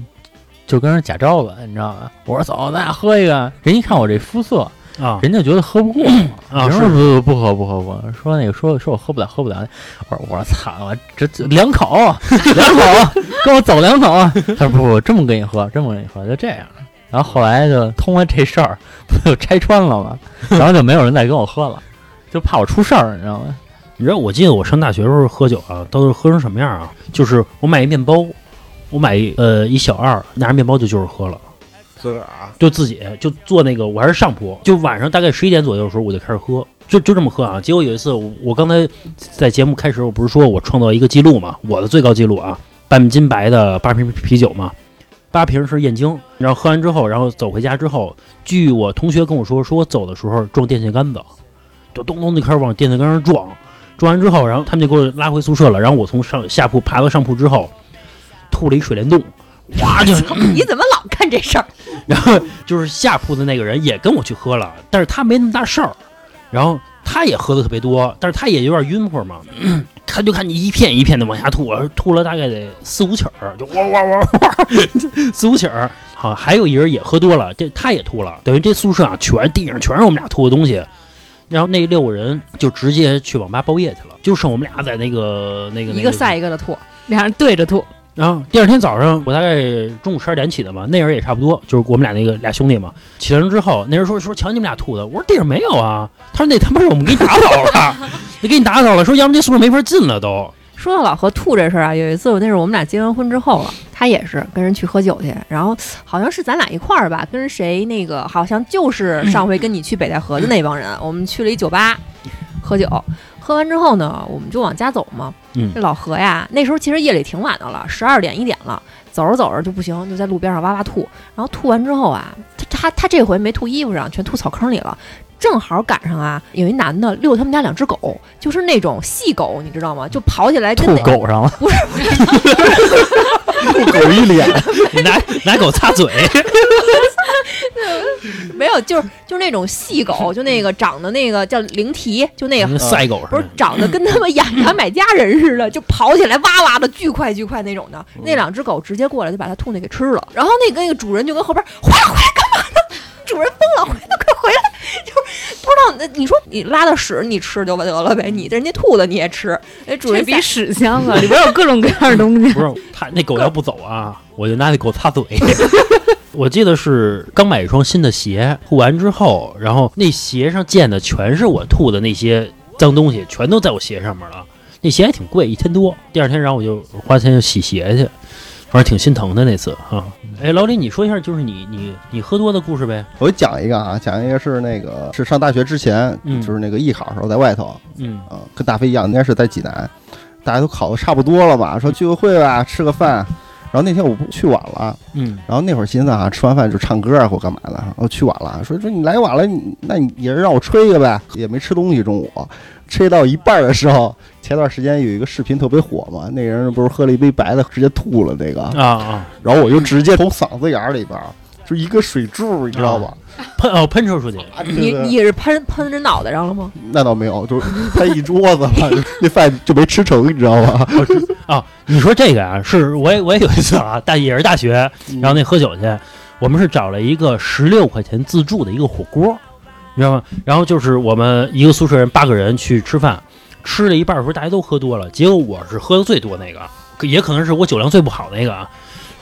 S4: 就跟人假招了，你知道吧？我说走，咱俩喝一个。人一看我这肤色，
S2: 啊
S4: 人家觉得喝不过，
S2: 啊
S4: 人
S2: 是
S4: 说不不喝不喝不喝，说那个说说我喝不了喝不了，我说我说操，我这这两口 两口，跟我走两口，啊 他说不不，这么跟你喝，这么跟你喝，就这样。然后后来就通过这事儿， 不就拆穿了吗？然后就没有人再跟我喝了，就怕我出事儿，你知道吗？
S2: 你知道我记得我上大学时候喝酒啊，都是喝成什么样啊？就是我买一面包，我买一呃一小二，拿着面包就就是喝了，
S3: 自个儿啊，
S2: 就自己就坐那个我还是上铺，就晚上大概十一点左右的时候我就开始喝，就就这么喝啊。结果有一次我我刚才在节目开始我不是说我创造一个记录嘛，我的最高记录啊，半斤白的八瓶啤酒嘛。八瓶是燕京，然后喝完之后，然后走回家之后，据我同学跟我说，说我走的时候撞电线杆子，就咚咚就开始往电线杆上撞，撞完之后，然后他们就给我拉回宿舍了。然后我从上下铺爬到上铺之后，吐了一水帘洞，哇，就
S5: 你怎么老干这事儿？
S2: 然后就是下铺的那个人也跟我去喝了，但是他没那么大事儿，然后他也喝的特别多，但是他也有点晕乎嘛， 他就看你一片一片的往下吐，啊吐了大概得四五起儿，就哇哇哇哇， 四五起儿。好，还有一人也喝多了，这他也吐了，等于这宿舍啊，全地上全是我们俩吐的东西。然后那六个人就直接去网吧包夜去了，就剩我们俩在那个那个
S5: 一个赛。一个的吐，
S7: 俩人对着吐，
S2: 然后第二天早上，我大概中午十二点起的嘛，那人也差不多，就是我们俩那个俩兄弟嘛。起来之后，那人说说瞧你们俩吐的，我说地上没有啊。他说那他妈是我们给你打扫 了，那给你打扫了，说要不这宿舍没法进了都。
S5: 说到老何吐这事儿啊，有一次我那是我们俩结完婚之后啊了，他也是跟人去喝酒去，然后好像是咱俩一块儿吧，跟谁那个好像就是上回跟你去北戴河的那帮人， 我们去了一酒吧喝酒，喝完之后呢，我们就往家走嘛。
S2: 嗯
S5: 这老何呀，那时候其实夜里挺晚的了，十二点一点了，走着走着就不行，就在路边上哇哇吐，然后吐完之后啊，他他他这回没吐衣服上，全吐草坑里了。正好赶上啊，有一男的遛他们家两只狗，就是那种细狗，你知道吗？就跑起来跟
S4: 吐
S5: 那
S4: 狗上了，
S5: 不是不是，
S3: 吐狗一 脸，
S2: 你拿拿狗擦嘴，
S5: 没有，就是就是那种细狗，就那个长得那个叫灵缇，就那
S4: 嗯
S5: 个
S2: 赛狗
S5: 不是长得跟他们雅达买加人似的，就跑起来哇哇的巨快巨快那种的。那两只狗直接过来就把它兔子给吃了，然后那个那个主人就跟后边回来回来干嘛呢？主人疯了，回来快回来！就是不知道那你说你拉的屎你吃就得了呗，你人家兔子你也吃，那主
S7: 这
S5: 人
S7: 比
S5: 比
S7: 屎香 啊！里边有各种各样的东 西
S2: 不。是他那狗要不走啊，我就拿那狗擦 嘴。我记得是刚买一双新的鞋，吐完之后，然后那鞋上溅的全是我吐的那些脏东西，全都在我鞋上面了。那鞋还挺贵，一千多。第二天，然后我就花钱就洗鞋去，反正挺心疼的那次啊。哎，老李，你说一下，就是你你你喝多的故事呗？
S3: 我讲一个啊，讲一个是那个是上大学之前，
S2: 嗯
S3: 就是那个艺考时候在外头，
S2: 嗯
S3: 啊，跟大飞一样，应该是在济南，大家都考的差不多了
S2: 嗯
S3: 吧？说聚个会吧，吃个饭。然后那天我不去晚了，
S2: 嗯
S3: 然后那会儿寻思啊，吃完饭就唱歌啊或干嘛的，我去晚了，说说你来晚了，你那你也是让我吹一个呗，也没吃东西中午，吹到一半儿的时候，前段时间有一个视频特别火嘛，那人不是喝了一杯白的直接吐了那 个，
S2: 啊啊，
S3: 然后我就直接从嗓子眼儿里边儿就一个水柱，你知道吧？
S2: 喷哦喷射出去，
S3: 啊
S5: 你
S3: 对
S5: 你也是喷喷人脑袋上了吗？
S3: 那倒没有，就是拍一桌子嘛，就 那饭就没吃成，你知道吗？
S2: 你说这个啊，是我也我也有一次啊，大也是大学，然后那喝酒去，我们是找了一个十六块钱自助的一个火锅，你知道吗？然后就是我们一个宿舍人八个人去吃饭，吃了一半的时候大家都喝多了，结果我是喝的最多那个，可也可能是我酒量最不好那个啊。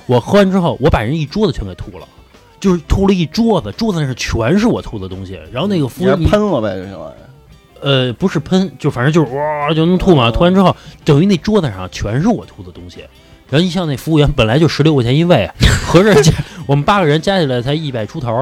S2: 我喝完之后，我把人一桌子全给吐了，就是吐了一桌子，桌子那是全是我吐的东西。然后那个服
S3: 你
S2: 务
S3: 还
S2: 员
S3: 喷了呗就行了。
S2: 呃，不是喷，就反正就是哇就能吐嘛。吐完之后，等于那桌子上全是我吐的东西。然后一像那服务员本来就十六块钱一位，啊合着加我们八个人加起来才一百出头，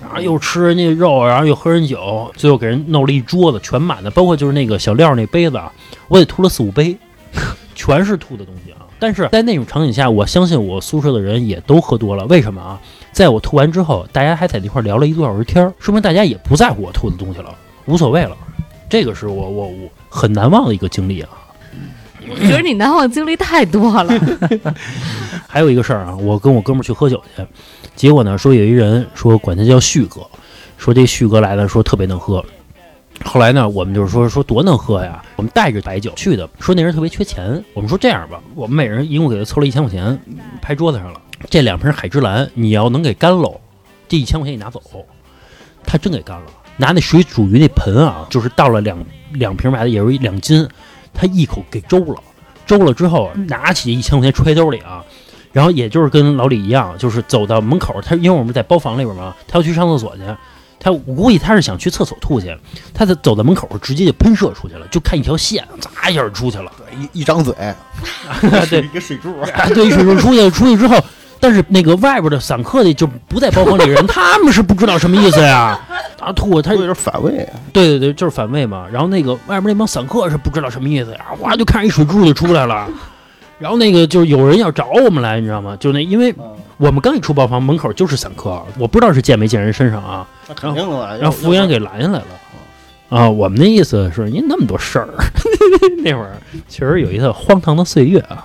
S2: 然后又吃人家肉，然后又喝人酒，最后给人弄了一桌子全满的，包括就是那个小料那杯子啊，我得吐了四五杯， 全是吐的东西啊。但是在那种场景下，我相信我宿舍的人也都喝多了。为什么啊？在我吐完之后，大家还在那块儿聊了一个多小时天儿，说明大家也不在乎我吐的东西了，无所谓了。这个是我我我很难忘的一个经历啊。
S7: 我觉得你难忘经历太多 了。
S2: 还有一个事儿啊，我跟我哥们儿去喝酒去，结果呢说有一人说管他叫旭哥，说这旭哥来了说特别能喝。后来呢，我们就是说说多能喝呀，我们带着白酒去的，说那人特别缺钱，我们说这样吧，我们每人一共给他凑了一千块钱，拍桌子上了，这两瓶海之蓝你要能给干喽，这一千块钱你拿走。他真给干了，拿那水煮鱼那盆啊，就是倒了两两瓶白的，也就是一两斤，他一口给周了，周了之后啊拿起一千块钱揣兜里啊，然后也就是跟老李一样，就是走到门口，他因为我们在包房里边嘛，他要去上厕所去，他我估计他是想去厕所吐去，他在走到门口直接就喷射出去了，就看一条线，嚓一下就出去了，
S3: 一一张嘴，
S2: 对
S3: 一个水柱。
S2: 啊，对，水柱出去出去之后，但是那个外边的散客的就不在包房里人，他们是不知道什么意思呀，啊吐他
S3: 有点反胃，啊
S2: 对对对，就是反胃嘛。然后那个外面那帮散客是不知道什么意思呀，哗就看着一水柱就出来了。然后那个就是有人要找我们来，你知道吗？就那因为我们刚一出包房，门口就是散客，我不知道是溅没溅人身上啊，
S3: 那肯定的嘛。
S2: 让服务员给拦下来了。啊，我们的意思是，您那么多事儿， 那会儿确实有一段荒唐的岁月啊。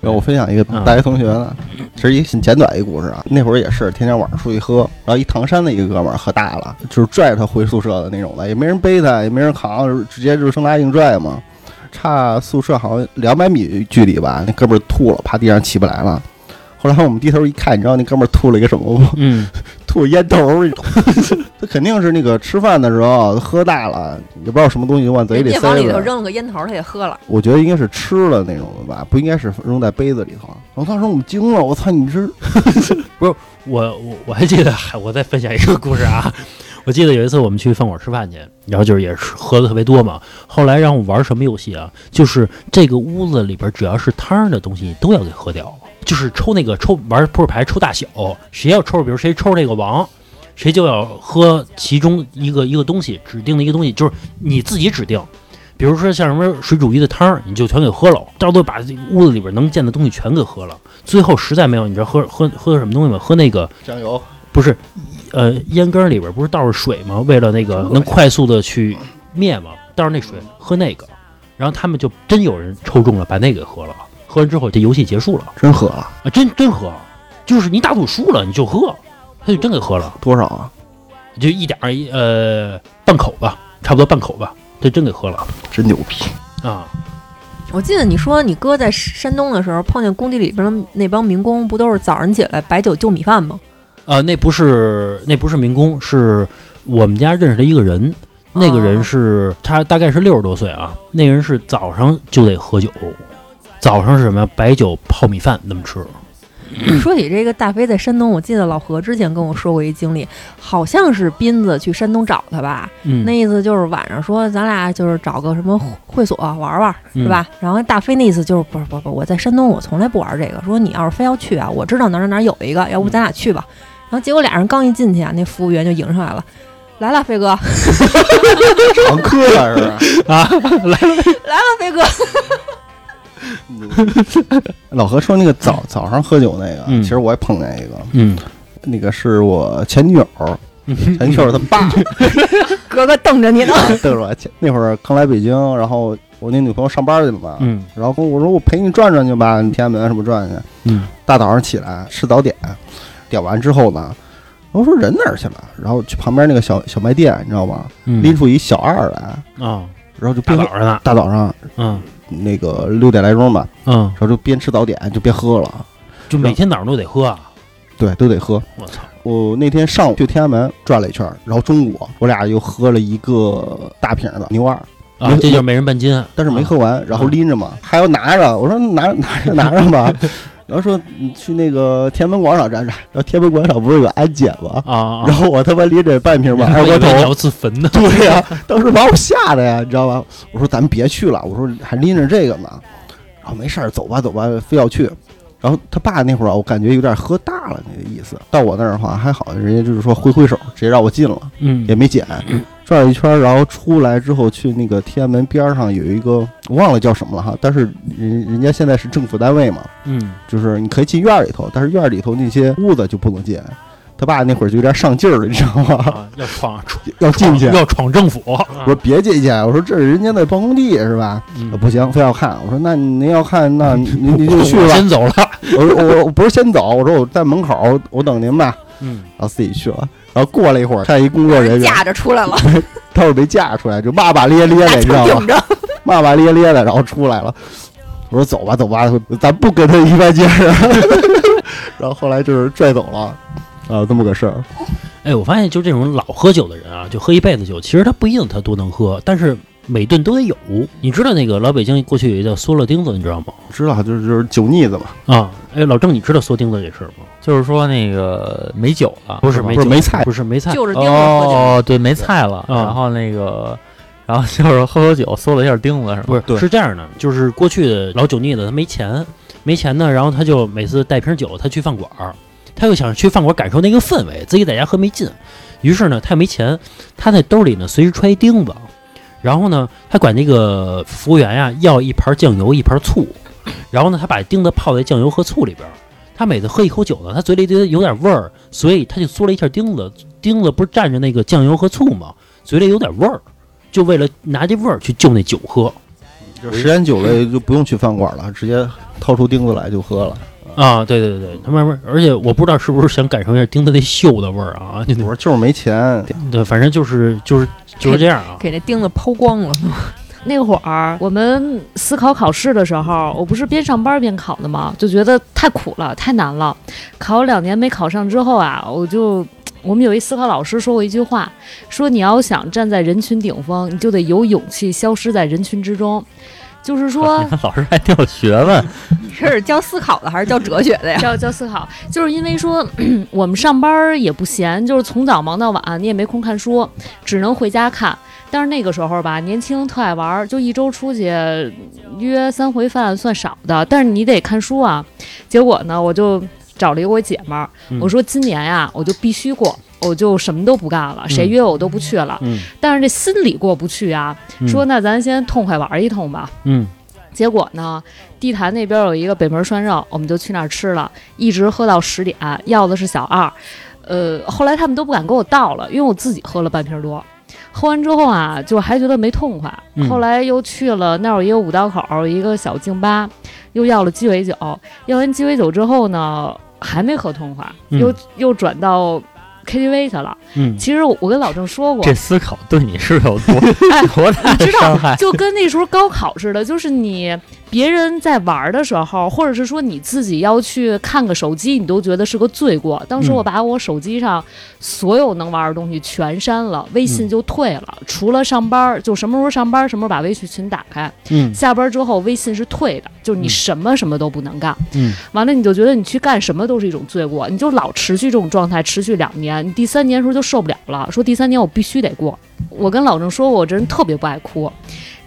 S3: 让我分享一个
S2: 嗯
S3: 大学同学的，其实也挺简短一故事啊。那会儿也是天天晚上出去喝，然后一唐山的一个哥们儿喝大了，就是拽着他回宿舍的那种的，也没人背他，也没人扛，就是直接就是生拉硬拽嘛。差宿舍好像两百米距离吧，那哥们儿吐了，趴地上起不来了。后来我们低头一看，你知道那哥们儿吐了一个什么吗？
S2: 嗯，
S3: 吐烟头儿， 他肯定是那个吃饭的时候喝大了，也不知道什么东西就往嘴
S5: 人
S3: 里
S5: 家
S3: 塞
S5: 往里头
S3: 了。
S5: 扔了个烟头，他也喝了。
S3: 我觉得应该是吃了那种的吧，不应该是扔在杯子里头。然后当时我们惊了，我操，你这
S2: 我我我还记得，还我再分享一个故事啊。我记得有一次我们去饭馆吃饭去，然后就是也是喝的特别多嘛。后来让我玩什么游戏啊？就是这个屋子里边只要是摊儿的东西都要给喝掉，就是抽那个抽玩扑克牌抽大小，谁要抽，比如谁抽这个王，谁就要喝其中一个一个东西指定的一个东西，就是你自己指定。比如说像什么水煮鱼的汤儿，你就全给喝了，到时候把这个屋子里边能见的东西全给喝了。最后实在没有，你知道喝喝喝什么东西吗？喝那个
S3: 酱油
S2: 不是，呃，烟缸里边不是倒是水吗？为了那个能快速的去灭嘛，倒是那水，喝那个，然后他们就真有人抽中了，把那个给喝了，喝完之后这游戏结束了
S3: 真喝了
S2: 啊，真真喝，就是你打赌输了你就喝，他就真给喝了，
S3: 多少啊？
S2: 就一点儿一呃半口吧，差不多半口吧，这真给喝了
S3: 真牛逼！
S2: 啊，
S5: 我记得你说你哥在山东的时候碰见工地里边儿那帮民工，不都是早上起来白酒就米饭吗？
S2: 啊，那不是那不是民工，是我们家认识的一个人。那个
S5: 哦
S2: 人是他大概是六十多岁啊，那人是早上就得喝酒，早上是什么呀白酒泡米饭那么吃，
S5: 说起这个大飞在山东，我记得老何之前跟我说过一经历，好像是斌子去山东找他吧，
S2: 嗯，
S5: 那意思就是晚上说咱俩就是找个什么会所玩玩，
S2: 嗯
S5: 是吧？然后大飞那意思就是不是不是不是，我在山东我从来不玩这个，说你要是非要去啊，我知道哪儿哪儿有一个，要不咱俩去
S2: 嗯
S5: 吧。然后结果俩人刚一进去啊，那服务员就迎上来了。来了，飞哥，
S3: 常客呀，是吧？
S5: 来了，飞哥，
S3: 老何说那个早早上喝酒那个，
S2: 嗯
S3: 其实我也碰见一个，
S2: 嗯，
S3: 那个是我前女友，前女友他爸
S5: 哥哥瞪着你呢。
S3: 瞪着我。前那会儿刚来北京，然后我那女朋友上班去了嘛，
S2: 嗯
S3: 然后跟我说我陪你转转去吧，你天安门什么转去。
S2: 嗯，
S3: 大早上起来吃早点，点完之后呢，我说人哪儿去了？然后去旁边那个小小卖店，你知道吗？
S2: 嗯
S3: 拎出一小二来，
S2: 啊，
S3: 然后就
S2: 大
S3: 边
S2: 早上呢，
S3: 大早上
S2: 嗯
S3: 那个六点来钟吧，
S2: 嗯，
S3: 然后就边吃早点就边喝了，
S2: 就每天早上都得喝啊，
S3: 对，都得喝。
S2: 我操，
S3: 我那天上午去天安门转了一圈儿，然后中午我俩又喝了一个大瓶的牛二，
S2: 啊，
S3: 没
S2: 这就是每人半斤，
S3: 但是没喝完，然后拎着嘛，还要拿着。我说拿拿着拿着吧，然后说你去那个天安门广场站站，然后天安门广场不是有安检吗？
S2: 啊啊，
S3: 然后我他妈拎着半瓶吧，二锅
S2: 我以为你
S3: 头
S2: 要。自焚呢，
S3: 对呀、当时把我吓得呀，你知道吧？我说咱们别去了，我说还拎着这个呢，然后没事儿，走吧走吧，非要去。然后他爸那会儿啊，我感觉有点喝大了那个意思。到我那儿的话还好，人家就是说挥挥手，直接让我进了。
S2: 嗯
S3: 也没捡，转了一圈儿，然后出来之后去那个天安门边儿上有一个，我忘了叫什么了哈，但是人人家现在是政府单位嘛，
S2: 嗯
S3: 就是你可以进院儿里头，但是院儿里头那些屋子就不能进。他爸那会儿就有点上劲儿了，你知道吗？
S2: 啊，要闯闯
S3: 要进去，
S2: 要闯政府，
S3: 我说别进去，我说这是人家的办公地是吧？
S2: 嗯
S3: 啊不行，非要看。我说那您要看，那您您就去
S2: 我
S3: 吧。
S2: 先走了，
S3: 我说我我不是先走，我说我在门口，我等您吧。
S2: 嗯
S3: 然后自己去了。然后过了一会儿，看一工作人员，
S5: 架着出来了，
S3: 他会被架出来，就骂骂咧 咧的，你知道吗
S5: 顶？着。
S3: 骂骂咧咧的，然后出来了。我说走吧，走吧，咱不跟他一般见 识。然后后来就是拽走了，啊，这么个事儿。
S2: 哎，我发现就这种老喝酒的人啊，就喝一辈子酒，其实他不一定他多能喝，但是每顿都得有。你知道那个老北京过去有一个叫缩了钉子，你知道吗？
S3: 知道，就是就是酒腻子嘛，
S2: 啊，哎，老郑，你知道缩钉子这事儿吗？
S4: 就是说那个没酒了，
S2: 不是
S4: 吧
S2: 没
S3: 不是
S2: 酒
S3: 梅菜
S2: 不是梅菜，
S5: 就着钉子喝酒。
S4: 哦，对，没菜了，
S2: 嗯
S4: 然后那个，然后就是喝口酒，搜了一下钉子，是
S2: 不
S4: 吧？
S2: 是是这样的，就是过去的老酒腻子他没钱，没钱呢，然后他就每次带瓶酒，他去饭馆儿，他又想去饭馆感受那个氛围，自己在家喝没劲，于是呢，他也没钱，他在兜里呢随时揣一钉子，然后呢，他管那个服务员呀、要一盘酱油，一盘醋，然后呢，他把钉子泡在酱油和醋里边儿。他每次喝一口酒呢，他嘴里就有点味儿，所以他就嘬了一下钉子。钉子不是蘸着那个酱油和醋吗？嘴里有点味儿，就为了拿这味儿去救那酒喝。
S3: 就是时间久了就不用去饭馆了，直接掏出钉子来就喝了。
S2: 啊，对对对对，他慢慢，而且我不知道是不是想感受一下钉子那锈的味儿啊，就
S3: 我
S2: 那
S3: 说就是没钱，
S2: 对，反正就是就是就是这样啊。
S5: 给那钉子抛光了，
S7: 那会儿我们思考考试的时候，我不是边上班边考的嘛，就觉得太苦了，太难了。考了两年没考上之后啊，我就我们有一思考老师说过一句话，说你要想站在人群顶峰，你就得有勇气消失在人群之中。就是说
S4: 你，看老师还挺有学问，
S5: 你 是教思考的还是教哲学 的呀？
S7: 教教思考，就是因为说 我们上班儿也不闲，就是从早忙到晚，你也没空看书，只能回家看。但是那个时候吧，年轻特爱玩儿，就一周出去约三回饭算少的，但是你得看书啊。结果呢，我就找了一个我姐们儿，
S2: 嗯
S7: 我说今年呀、我就必须过。我就什么都不干了，谁约我都不去了。
S2: 嗯
S7: 但是这心里过不去啊，
S2: 嗯
S7: 说那咱先痛快玩一通吧。
S2: 嗯
S7: 结果呢，地坛那边有一个北门涮肉，我们就去那儿吃了，一直喝到十点，要的是小二。呃，后来他们都不敢给我倒了，因为我自己喝了半瓶多。喝完之后啊，就还觉得没痛快
S2: 嗯，
S7: 后来又去了那儿有一个五道口儿一个小静吧，又要了鸡尾酒。要完鸡尾酒之后呢，还没喝痛快，
S2: 嗯
S7: 又又转到 KTV 去了。
S2: 嗯，
S7: 其实我我跟老郑说过，
S4: 这思考对你是有多
S7: 哎
S4: 多大的
S7: 知道
S4: 伤害？
S7: 就跟那时候高考似的，就是你别人在玩儿的时候，或者是说你自己要去看个手机，你都觉得是个罪过。当时
S2: 嗯
S7: 我把我手机上所有能玩儿的东西全删了，微
S2: 嗯
S7: 信就退了，除了上班儿，就什么时候上班儿，什么时候把微信群打开。
S2: 嗯
S7: 下班儿之后，微信是退的，就是你
S2: 嗯
S7: 什么什么都不能干。
S2: 嗯，
S7: 完了你就觉得你去干什么都是一种罪过，你就老持续这种状态，持续两年，你第三年的时候就受不了了，说第三年我必须得过。我跟老郑说过，我这人特别不爱哭。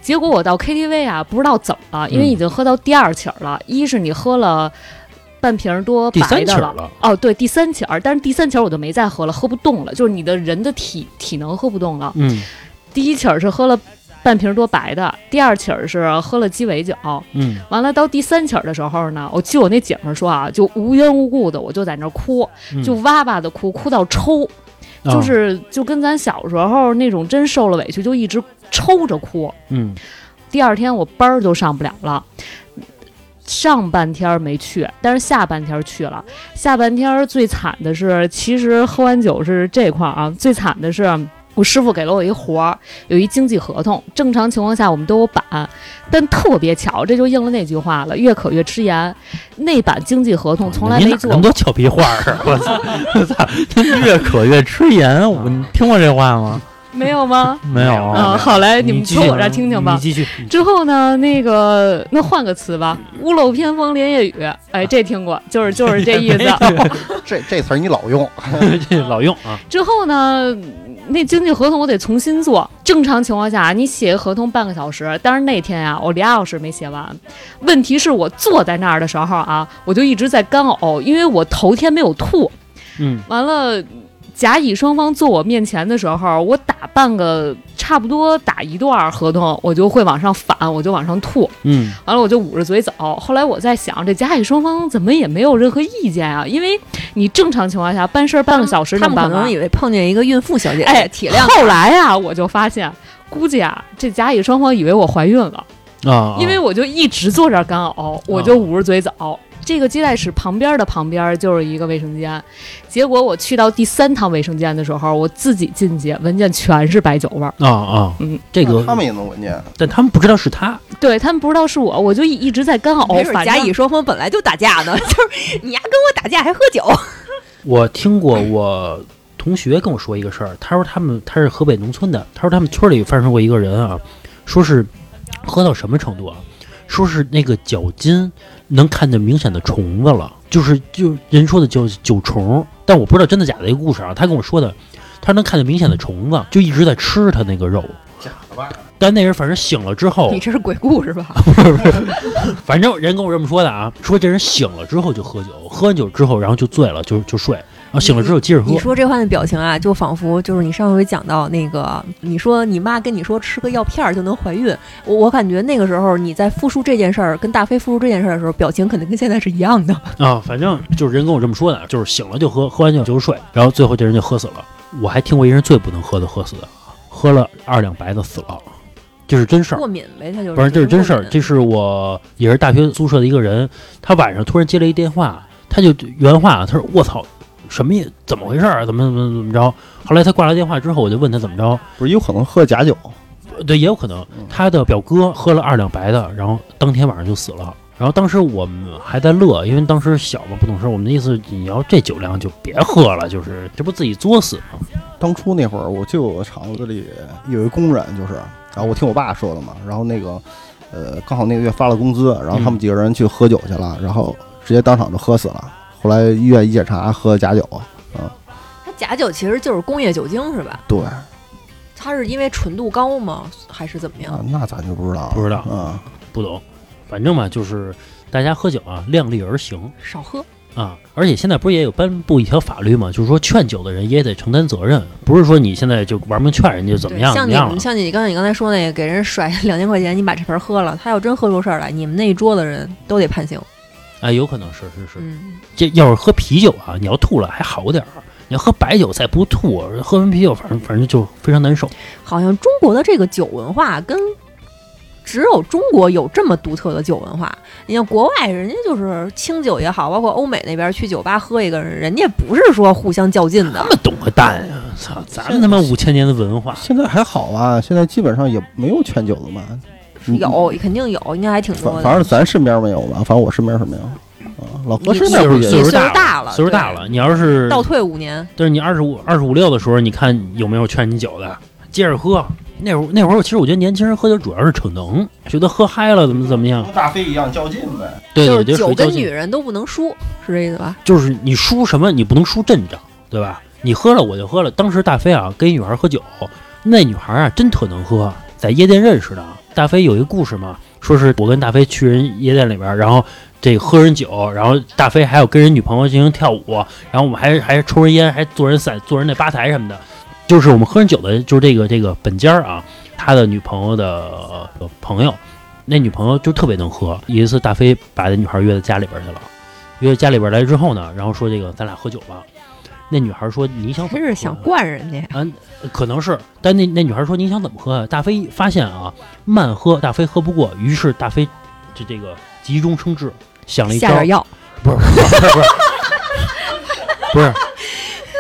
S7: 结果我到 KTV 啊，不知道怎么了，因为
S2: 嗯
S7: 已经喝到第二起儿了。一是你喝了半瓶儿多
S2: 第
S7: 白
S2: 三起
S7: 的
S2: 儿
S7: 了，
S2: 了
S7: 哦，对，第三起儿，但是第三起儿我就没再喝了，喝不动了，就是你的人的体体能喝不动了。
S2: 嗯
S7: 第一起儿是喝了半瓶儿多白的，第二起儿是喝了鸡尾酒，
S2: 嗯
S7: 完了，到第三起儿的时候呢，我据我那姐们儿说啊，就无缘无故的我就在那儿哭，
S2: 嗯，
S7: 就哇哇的哭，哭到抽， 就
S2: 啊
S7: 是就跟咱小时候那种真受了委屈就一直抽着哭。
S2: 嗯
S7: 第二天我班儿就上不了了。上半天儿没去，但是下半天儿去了。下半天儿最惨的是，其实喝完酒是这块儿啊，最惨的是我师傅给了我一活儿，有一经济合同。正常情况下我们都有版，但特别巧，这就应了那句话了：“越渴越吃盐。”那版经济合同从来
S2: 你
S7: 没
S2: 哪
S7: 做
S2: 那么
S7: 过
S2: 多俏皮话儿啊？我 操！
S4: 越渴越吃 盐，我你听过这话吗？
S7: 没有吗？
S4: 没有啊，
S7: 啊，好来，你们
S2: 继
S7: 从
S2: 续
S7: 我这儿听听吧
S2: 你。继续。
S7: 之后呢，那个那换个词吧，屋漏偏逢连夜雨。哎，这听过，就是就是这意思。
S3: 这这词儿你老用，
S2: 这 老用啊，
S7: 之后呢，那经济合同我得重新做。正常情况下，你写个合同半个小时，但是那天啊，我俩小时没写完。问题是我坐在那儿的时候啊，我就一直在干呕，因为我头天没有吐。
S2: 嗯
S7: 完了，甲乙双方坐我面前的时候，我打半个，差不多打一段合同，我就会往上反，我就往上吐。
S2: 嗯
S7: 完了我就捂着嘴走。后来我在想，这甲乙双方怎么也没有任何意见啊？因为你正常情况下办事儿半个小时
S5: 他
S7: 能
S5: 们可
S7: 办完
S5: 能。以为碰见一个孕妇小姐姐，
S7: 哎
S5: 体 谅。
S7: 后来啊，我就发现，估计啊，这甲乙双方以为我怀孕了，
S4: 哦
S2: 啊，
S7: 因为我就一直坐这儿干呕，我就捂着嘴走。这个接待室旁边的旁边就是一个卫生间，结果我去到第三趟卫生间的时候，我自己进去，闻见全是白酒味儿。
S2: 啊啊，
S7: 嗯，
S2: 这个
S3: 他们也能闻见。
S2: 但他们不知道是他，
S7: 对他们不知道是我，我就一一直在干
S5: 没
S7: 呕。
S5: 准
S7: 反
S5: 甲
S7: 正
S5: 乙双方本来就打架呢， 就是你丫跟我打架还喝酒，
S2: 我听过我同学跟我说一个事儿，他说他们他是河北农村的，他说他们村里发生过一个人啊，说是喝到什么程度啊，说是那个脚筋能看见明显的虫子了，就是就人说的叫酒虫，但我不知道真的假的一个故事啊，他跟我说的，他能看见明显的虫子，就一直在吃他那个肉，
S3: 假的吧？
S2: 但那人反正醒了之后
S5: 你，这是鬼故事吧？
S2: 反正人跟我这么说的啊，说这人醒了之后就喝酒，喝完酒之后然后就醉了，就就睡，然后醒了之后接着喝
S5: 你，说这话的表情啊，就仿佛就是你上回讲到那个，你说你妈跟你说吃个药片儿就能怀孕，我我感觉那个时候你在复述这件事儿，跟大飞复述这件事儿的时候，表情肯定跟现在是一样的。
S2: 啊，反正就是人跟我这么说的，就是醒了就喝，喝完酒就睡，然后最后这人就喝死了。我还听过一人最不能喝的喝死的，喝了二两白的死了，这是真事儿
S5: 过。敏呗，他就是。
S2: 反正这是真事
S5: 过
S2: 儿，
S5: 敏
S2: 这是我也是大学宿舍的一个人，他晚上突然接了一电话，他就原话，他说我操，什么也怎么回事儿，怎么怎么怎么着。后来他挂了电话之后，我就问他怎么着，
S3: 不是有可能喝假酒？
S2: 呃对，也有可能他的表哥喝了二两白的，然后当天晚上就死了。然后当时我们还在乐，因为当时小嘛不懂事儿，我们的意思你要这酒量就别喝了，就是这不自己作死吗？
S3: 当初那会儿，我就有个厂子里有一工人，就是，然后我听我爸说的嘛，然后那个，呃，刚好那个月发了工资，然后他们几个人去喝酒去了，然后直接当场就喝死
S5: 嗯
S3: 了。后来医院一检查，喝的假酒，
S5: 它假酒其实就是工业酒精是吧？
S3: 对，
S5: 它是因为纯度高吗？还是怎么样？
S3: 啊，那咱就不知道了，
S2: 不知道
S3: 啊、
S2: 不懂，反正嘛就是大家喝酒啊，量力而行
S5: 少喝。
S2: 啊。而且现在不是也有颁布一条法律嘛，就是说劝酒的人也得承担责任，不是说你现在就玩命劝人家怎么
S5: 对，
S2: 样怎
S5: 像
S2: 么
S5: 你
S2: 样
S5: 们
S2: 了。
S5: 像你刚才你刚才说那个，给人甩 两千块钱，你把这瓶喝了，他要真喝出事儿来，你们那一桌子人都得判刑。
S2: 哎，有可能是是是，
S5: 嗯，
S2: 这要是喝啤酒啊，你要吐了还好点儿，你要喝白酒再不吐，喝完啤酒反正反正就非常难受。
S5: 好像中国的这个酒文化跟只有中国有这么独特的酒文化。你像国外人家就是清酒也好，包括欧美那边去酒吧喝一个，人家不是说互相较劲的
S2: 他。们懂个蛋呀、操，咱们他妈五千年的文化，
S3: 现在还好吧？现在基本上也没有劝酒的吧？你
S5: 有，肯定有，应该还挺多
S3: 嗯反
S5: 的。
S3: 反正咱身边没有吧，反正我身边是没有。啊，老何
S5: 你
S3: 身
S2: 岁
S3: 边
S2: 数
S3: 不也
S5: 岁
S3: 有
S5: 数
S2: 数
S5: 大了
S2: 了，岁数大
S5: 对
S2: 了。你要是
S5: 倒退五年，
S2: 就是你二十五、二十五六的时候，你看有没有劝你酒的？接着喝。那会儿那会儿，其实我觉得年轻人喝酒主要是逞能，觉得喝嗨了怎么怎么样。
S3: 大飞一样较劲呗？
S2: 对，
S5: 就
S2: 对
S5: 是
S2: 对
S5: 酒
S2: 属于较
S5: 跟
S2: 劲
S5: 女人都不能输，是这意思吧？
S2: 就是你输什么，你不能输阵仗，对吧？你喝了我就喝了。当时大飞啊跟一女孩喝酒，那女孩啊真特能喝，在夜店认识的。大飞有一故事嘛，说是我跟大飞去人夜店里边，然后这喝人酒，然后大飞还有跟人女朋友进行跳舞，然后我们还还抽人烟，还坐人散坐人那吧台什么的。就是我们喝人酒的，就是这个这个本家儿啊，他的女朋友的呃朋友，那女朋友就特别能喝。有一次大飞把那女孩约到家里边去了。约家里边来之后呢，然后说这个咱俩喝酒吧。那女孩说你想怎
S5: 真
S2: 么
S5: 是
S2: 喝
S5: 想
S2: 啊
S5: 惯人家。
S2: 可能是，但那那女孩说你想怎么喝啊？大飞发现啊，慢喝大飞喝不过，于是大飞就这个急中生智，想了一招
S5: 下，点药，
S2: 不是不是不是不是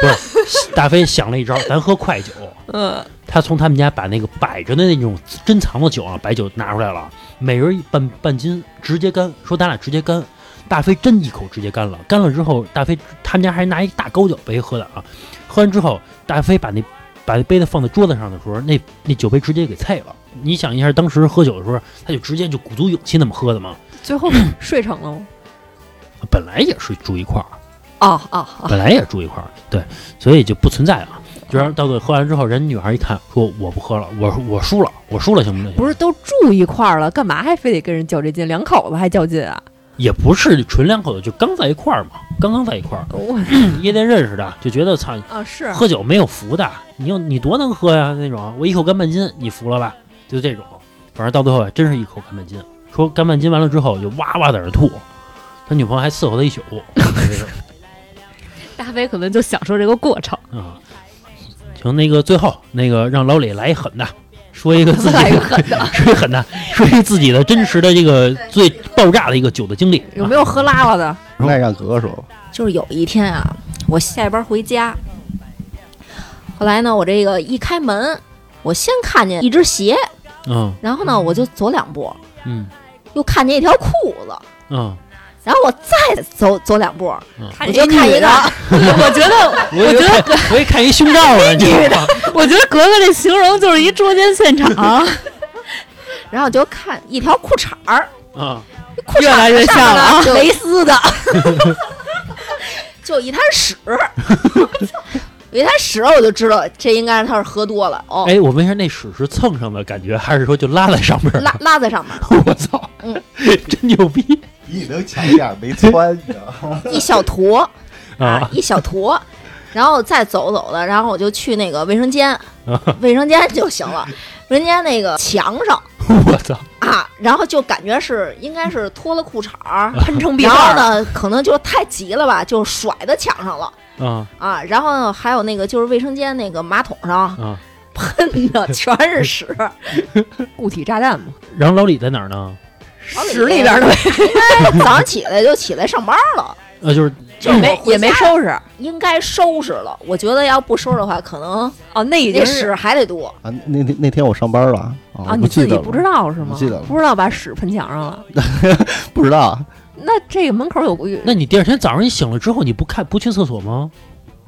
S2: 不是，大飞想了一招，咱喝快酒。
S5: 嗯，
S2: 他从他们家把那个摆着的那种珍藏的酒啊，白酒拿出来了，每人一半半斤，直接干。说咱俩直接干，大飞真一口直接干了。干了之后，大飞他们家还拿一大高脚杯喝的啊。喝完之后，大飞把那把那杯子放在桌子上的时候，那那酒杯直接给碎了。你想一下，当时喝酒的时候，他就直接就鼓足勇气那么喝的嘛。
S5: 最后睡成了吗？
S2: 本来也是住一块儿，
S5: 哦哦哦，
S2: 本来也住一块儿，对，所以就不存在啊。就是到最后喝完之后，人女孩一看说：“我不喝了，我我输了，我输了，行不行？”
S5: 不是都住一块儿了，干嘛还非得跟人较这劲？两口子还较劲啊？
S2: 也不是纯两口子，就刚在一块儿嘛，刚刚在一块儿，
S5: 我
S2: 夜店认识的，就觉得操，
S5: 哦啊是
S2: 喝酒没有福的，你有你多能喝呀那种，我一口干半斤，你服了吧？就这种，反正到最后啊，真是一口干半斤，说干半斤完了之后就哇哇在那吐，他女朋友还伺候他一 宿，这是
S7: 大飞可能就享受这个过程。
S2: 啊。行，那个最后那个让老李来一狠的，说一个自己
S5: 来一个狠的，
S2: 说一狠的，说一自己的真实的这个最爆炸的一个酒的经历，
S5: 有没有喝拉了的？
S3: 那让格格说吧。
S8: 就是有一天啊，我下班回家，后来呢，我这个一开门，我先看见一只鞋，
S2: 嗯
S8: 然后呢，我就走两步，
S2: 嗯
S8: 又看见一条裤子，
S2: 嗯，
S8: 然后我再走走两步，
S5: 看
S8: 我就看一
S5: 女
S8: 个
S5: 的，
S7: 嗯 我觉得，
S2: 我以为看我一看一胸罩啊呢，你知道吗？
S7: 我觉得格格这形容就是一捉奸现场，
S8: 然后就看一条裤衩儿，
S2: 啊，
S8: 裤衩
S7: 越来
S8: 儿
S7: 越
S8: 上
S7: 像了啊
S8: 呢就蕾丝的，就一滩屎， 有一滩屎，我就知道这应该是他是喝多了 哦，
S2: 哎，我问一下，那屎是蹭上的感觉，还是说就拉在上面？
S8: 拉，拉在上面了，
S2: 我操，真牛逼
S3: 你能强一点没穿，你知道吗？
S8: 一小 坨。啊
S2: 啊，！
S8: 一小坨，然后再走走的，然后我就去那个卫 生间，卫生间就行了。卫生间那个墙上
S2: 我操，
S8: 啊，然后就感觉是应该是脱了裤衩 儿，
S5: 喷成鼻
S8: 然后
S5: 泡呢？
S8: 呢，可能就太急了吧，就甩到墙上了
S2: 啊
S8: 啊。然后呢还有那个就是卫生间那个马桶上
S2: 啊！
S8: 喷的全是屎，
S5: 固体炸弹嘛，
S2: 然后老李在哪儿呢？
S8: 往
S5: 屎里边儿的
S8: 哎应该早上起来就起来上班了，
S2: 呃，就是
S5: 也没也没收拾
S8: 应该收拾了。我觉得要不收拾的话，可能
S5: 哦，那已
S8: 那
S5: 经是
S8: 屎还得多。
S3: 啊，那那那天我上班了啊，
S5: 啊，
S3: 我
S5: 你
S3: 不
S5: 自
S3: 记
S5: 己
S3: 得
S5: 不
S3: 了
S5: 知道是吗
S3: 不记得了？
S5: 不知道把屎喷墙上了，
S3: 不知道，
S5: 那这个门口有有
S2: 那你第二天早上你醒了之后，你不看不去厕所吗？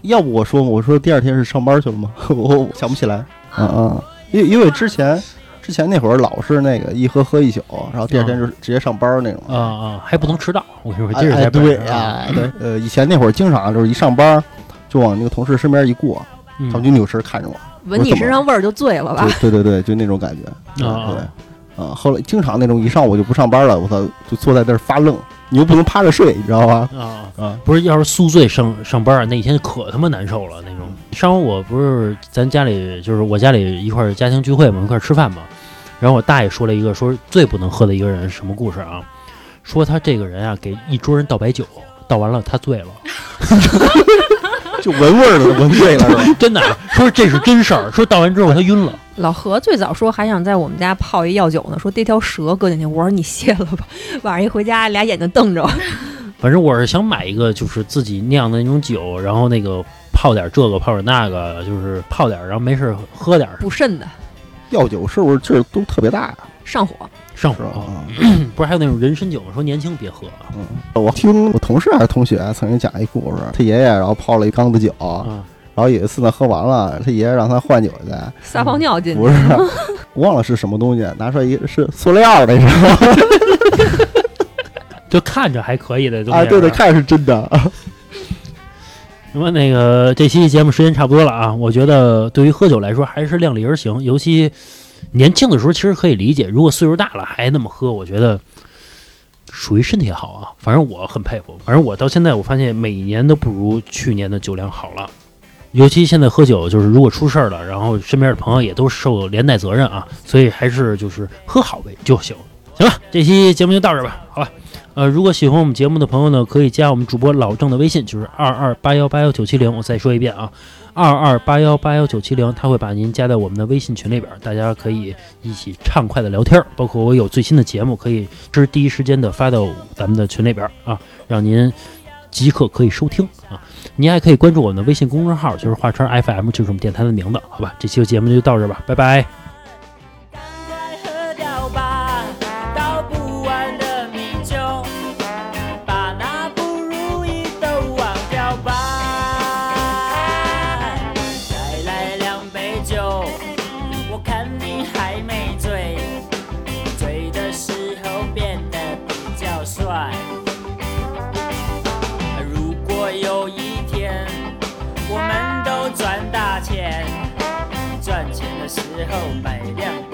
S3: 要不我说嘛我说第二天是上班去了吗？ 我我想不起来，啊
S2: 嗯
S3: 啊，因为因为之前之前那会儿老是那个一喝喝一宿，然后第二天就直接上班那种。
S2: 嗯啊啊，还不能迟到。我跟你说，
S3: 哎
S2: 这是
S3: 哎
S2: 在
S3: 对
S2: 本事啊
S3: 哎对，呃，以前那会儿经常就是一上班就往那个同事身边一过，
S2: 嗯
S3: 他们就扭身看着我，
S5: 闻你身上味儿就醉了吧？
S3: 就对对对，就那种感觉
S2: 啊
S3: 对。啊，后来经常那种一上午就不上班了，我操，就坐在那儿发愣，你又不能趴着睡，你知道吧？
S2: 啊
S3: 啊，
S2: 不是，要是宿醉上上班儿那一天可他妈难受了那种。上回我不是咱家里就是我家里一块儿家庭聚会嘛，一块儿吃饭嘛，然后我大爷说了一个说最不能喝的一个人是什么故事啊？说他这个人啊给一桌人倒白酒，倒完了他醉了，
S3: 就闻味儿了，闻 醉了是吧？
S2: 真的啊，说这是真事儿，说倒完之后他晕了，
S5: 老何最早说还想在我们家泡一药酒呢，说逮条蛇搁进去，我说你歇了吧，晚上一回家俩眼睛瞪着，
S2: 反正我是想买一个就是自己酿的那种酒，然后那个泡点儿这个泡点儿那个，就是泡点儿，然后没事儿喝点儿
S5: 补肾的，
S3: 药酒是不是劲儿都特别大呀？
S5: 上火。
S2: 上
S3: 是
S2: 火
S3: 吧？
S2: 啊。
S3: 啊
S2: 不是还有那种人参酒吗？说年轻别喝啊。
S3: 我听我同事还是同学曾经讲一故事，他爷爷然后泡了一缸子酒，
S2: 啊
S3: 然后有一次呢喝完了，他爷爷让他换酒去，
S5: 撒泡尿进
S3: 嗯
S5: 去，
S3: 不是，我忘了是什么东西，拿出来一是塑料的，你知道吗？
S2: 就看着还可以的东西。
S3: 啊，对
S2: 是
S3: 对，
S2: 吧
S3: 看着是真的。
S2: 那么那个这期节目时间差不多了啊，我觉得对于喝酒来说还是量力而行，尤其年轻的时候其实可以理解，如果岁数大了还那么喝，我觉得属于身体好啊。反正我很佩服，反正我到现在我发现每年都不如去年的酒量好了。尤其现在喝酒，就是如果出事儿了，然后身边的朋友也都受连带责任啊，所以还是就是喝好呗就行。行了，这期节目就到这儿吧，好吧。呃，如果喜欢我们节目的朋友呢，可以加我们主播老郑的微信，就是二二八幺八幺九七零。我再说一遍啊，二二八幺八幺九七零，他会把您加在我们的微信群里边儿，大家可以一起畅快的聊天儿。包括我有最新的节目，可以这是第一时间的发到咱们的群里边儿啊，让您即刻可以收听啊。您还可以关注我们的微信公众号，就是华川 FM，就是我们电台的名字，好吧？这期节目就到这儿吧，拜拜。
S1: 赶快喝掉吧，倒不完的米酒，把那不如意都忘掉吧。再来两杯酒，我看你还没醉，醉的时候变得比较帅。如果有一天我们都赚大钱，赚钱的时候买辆。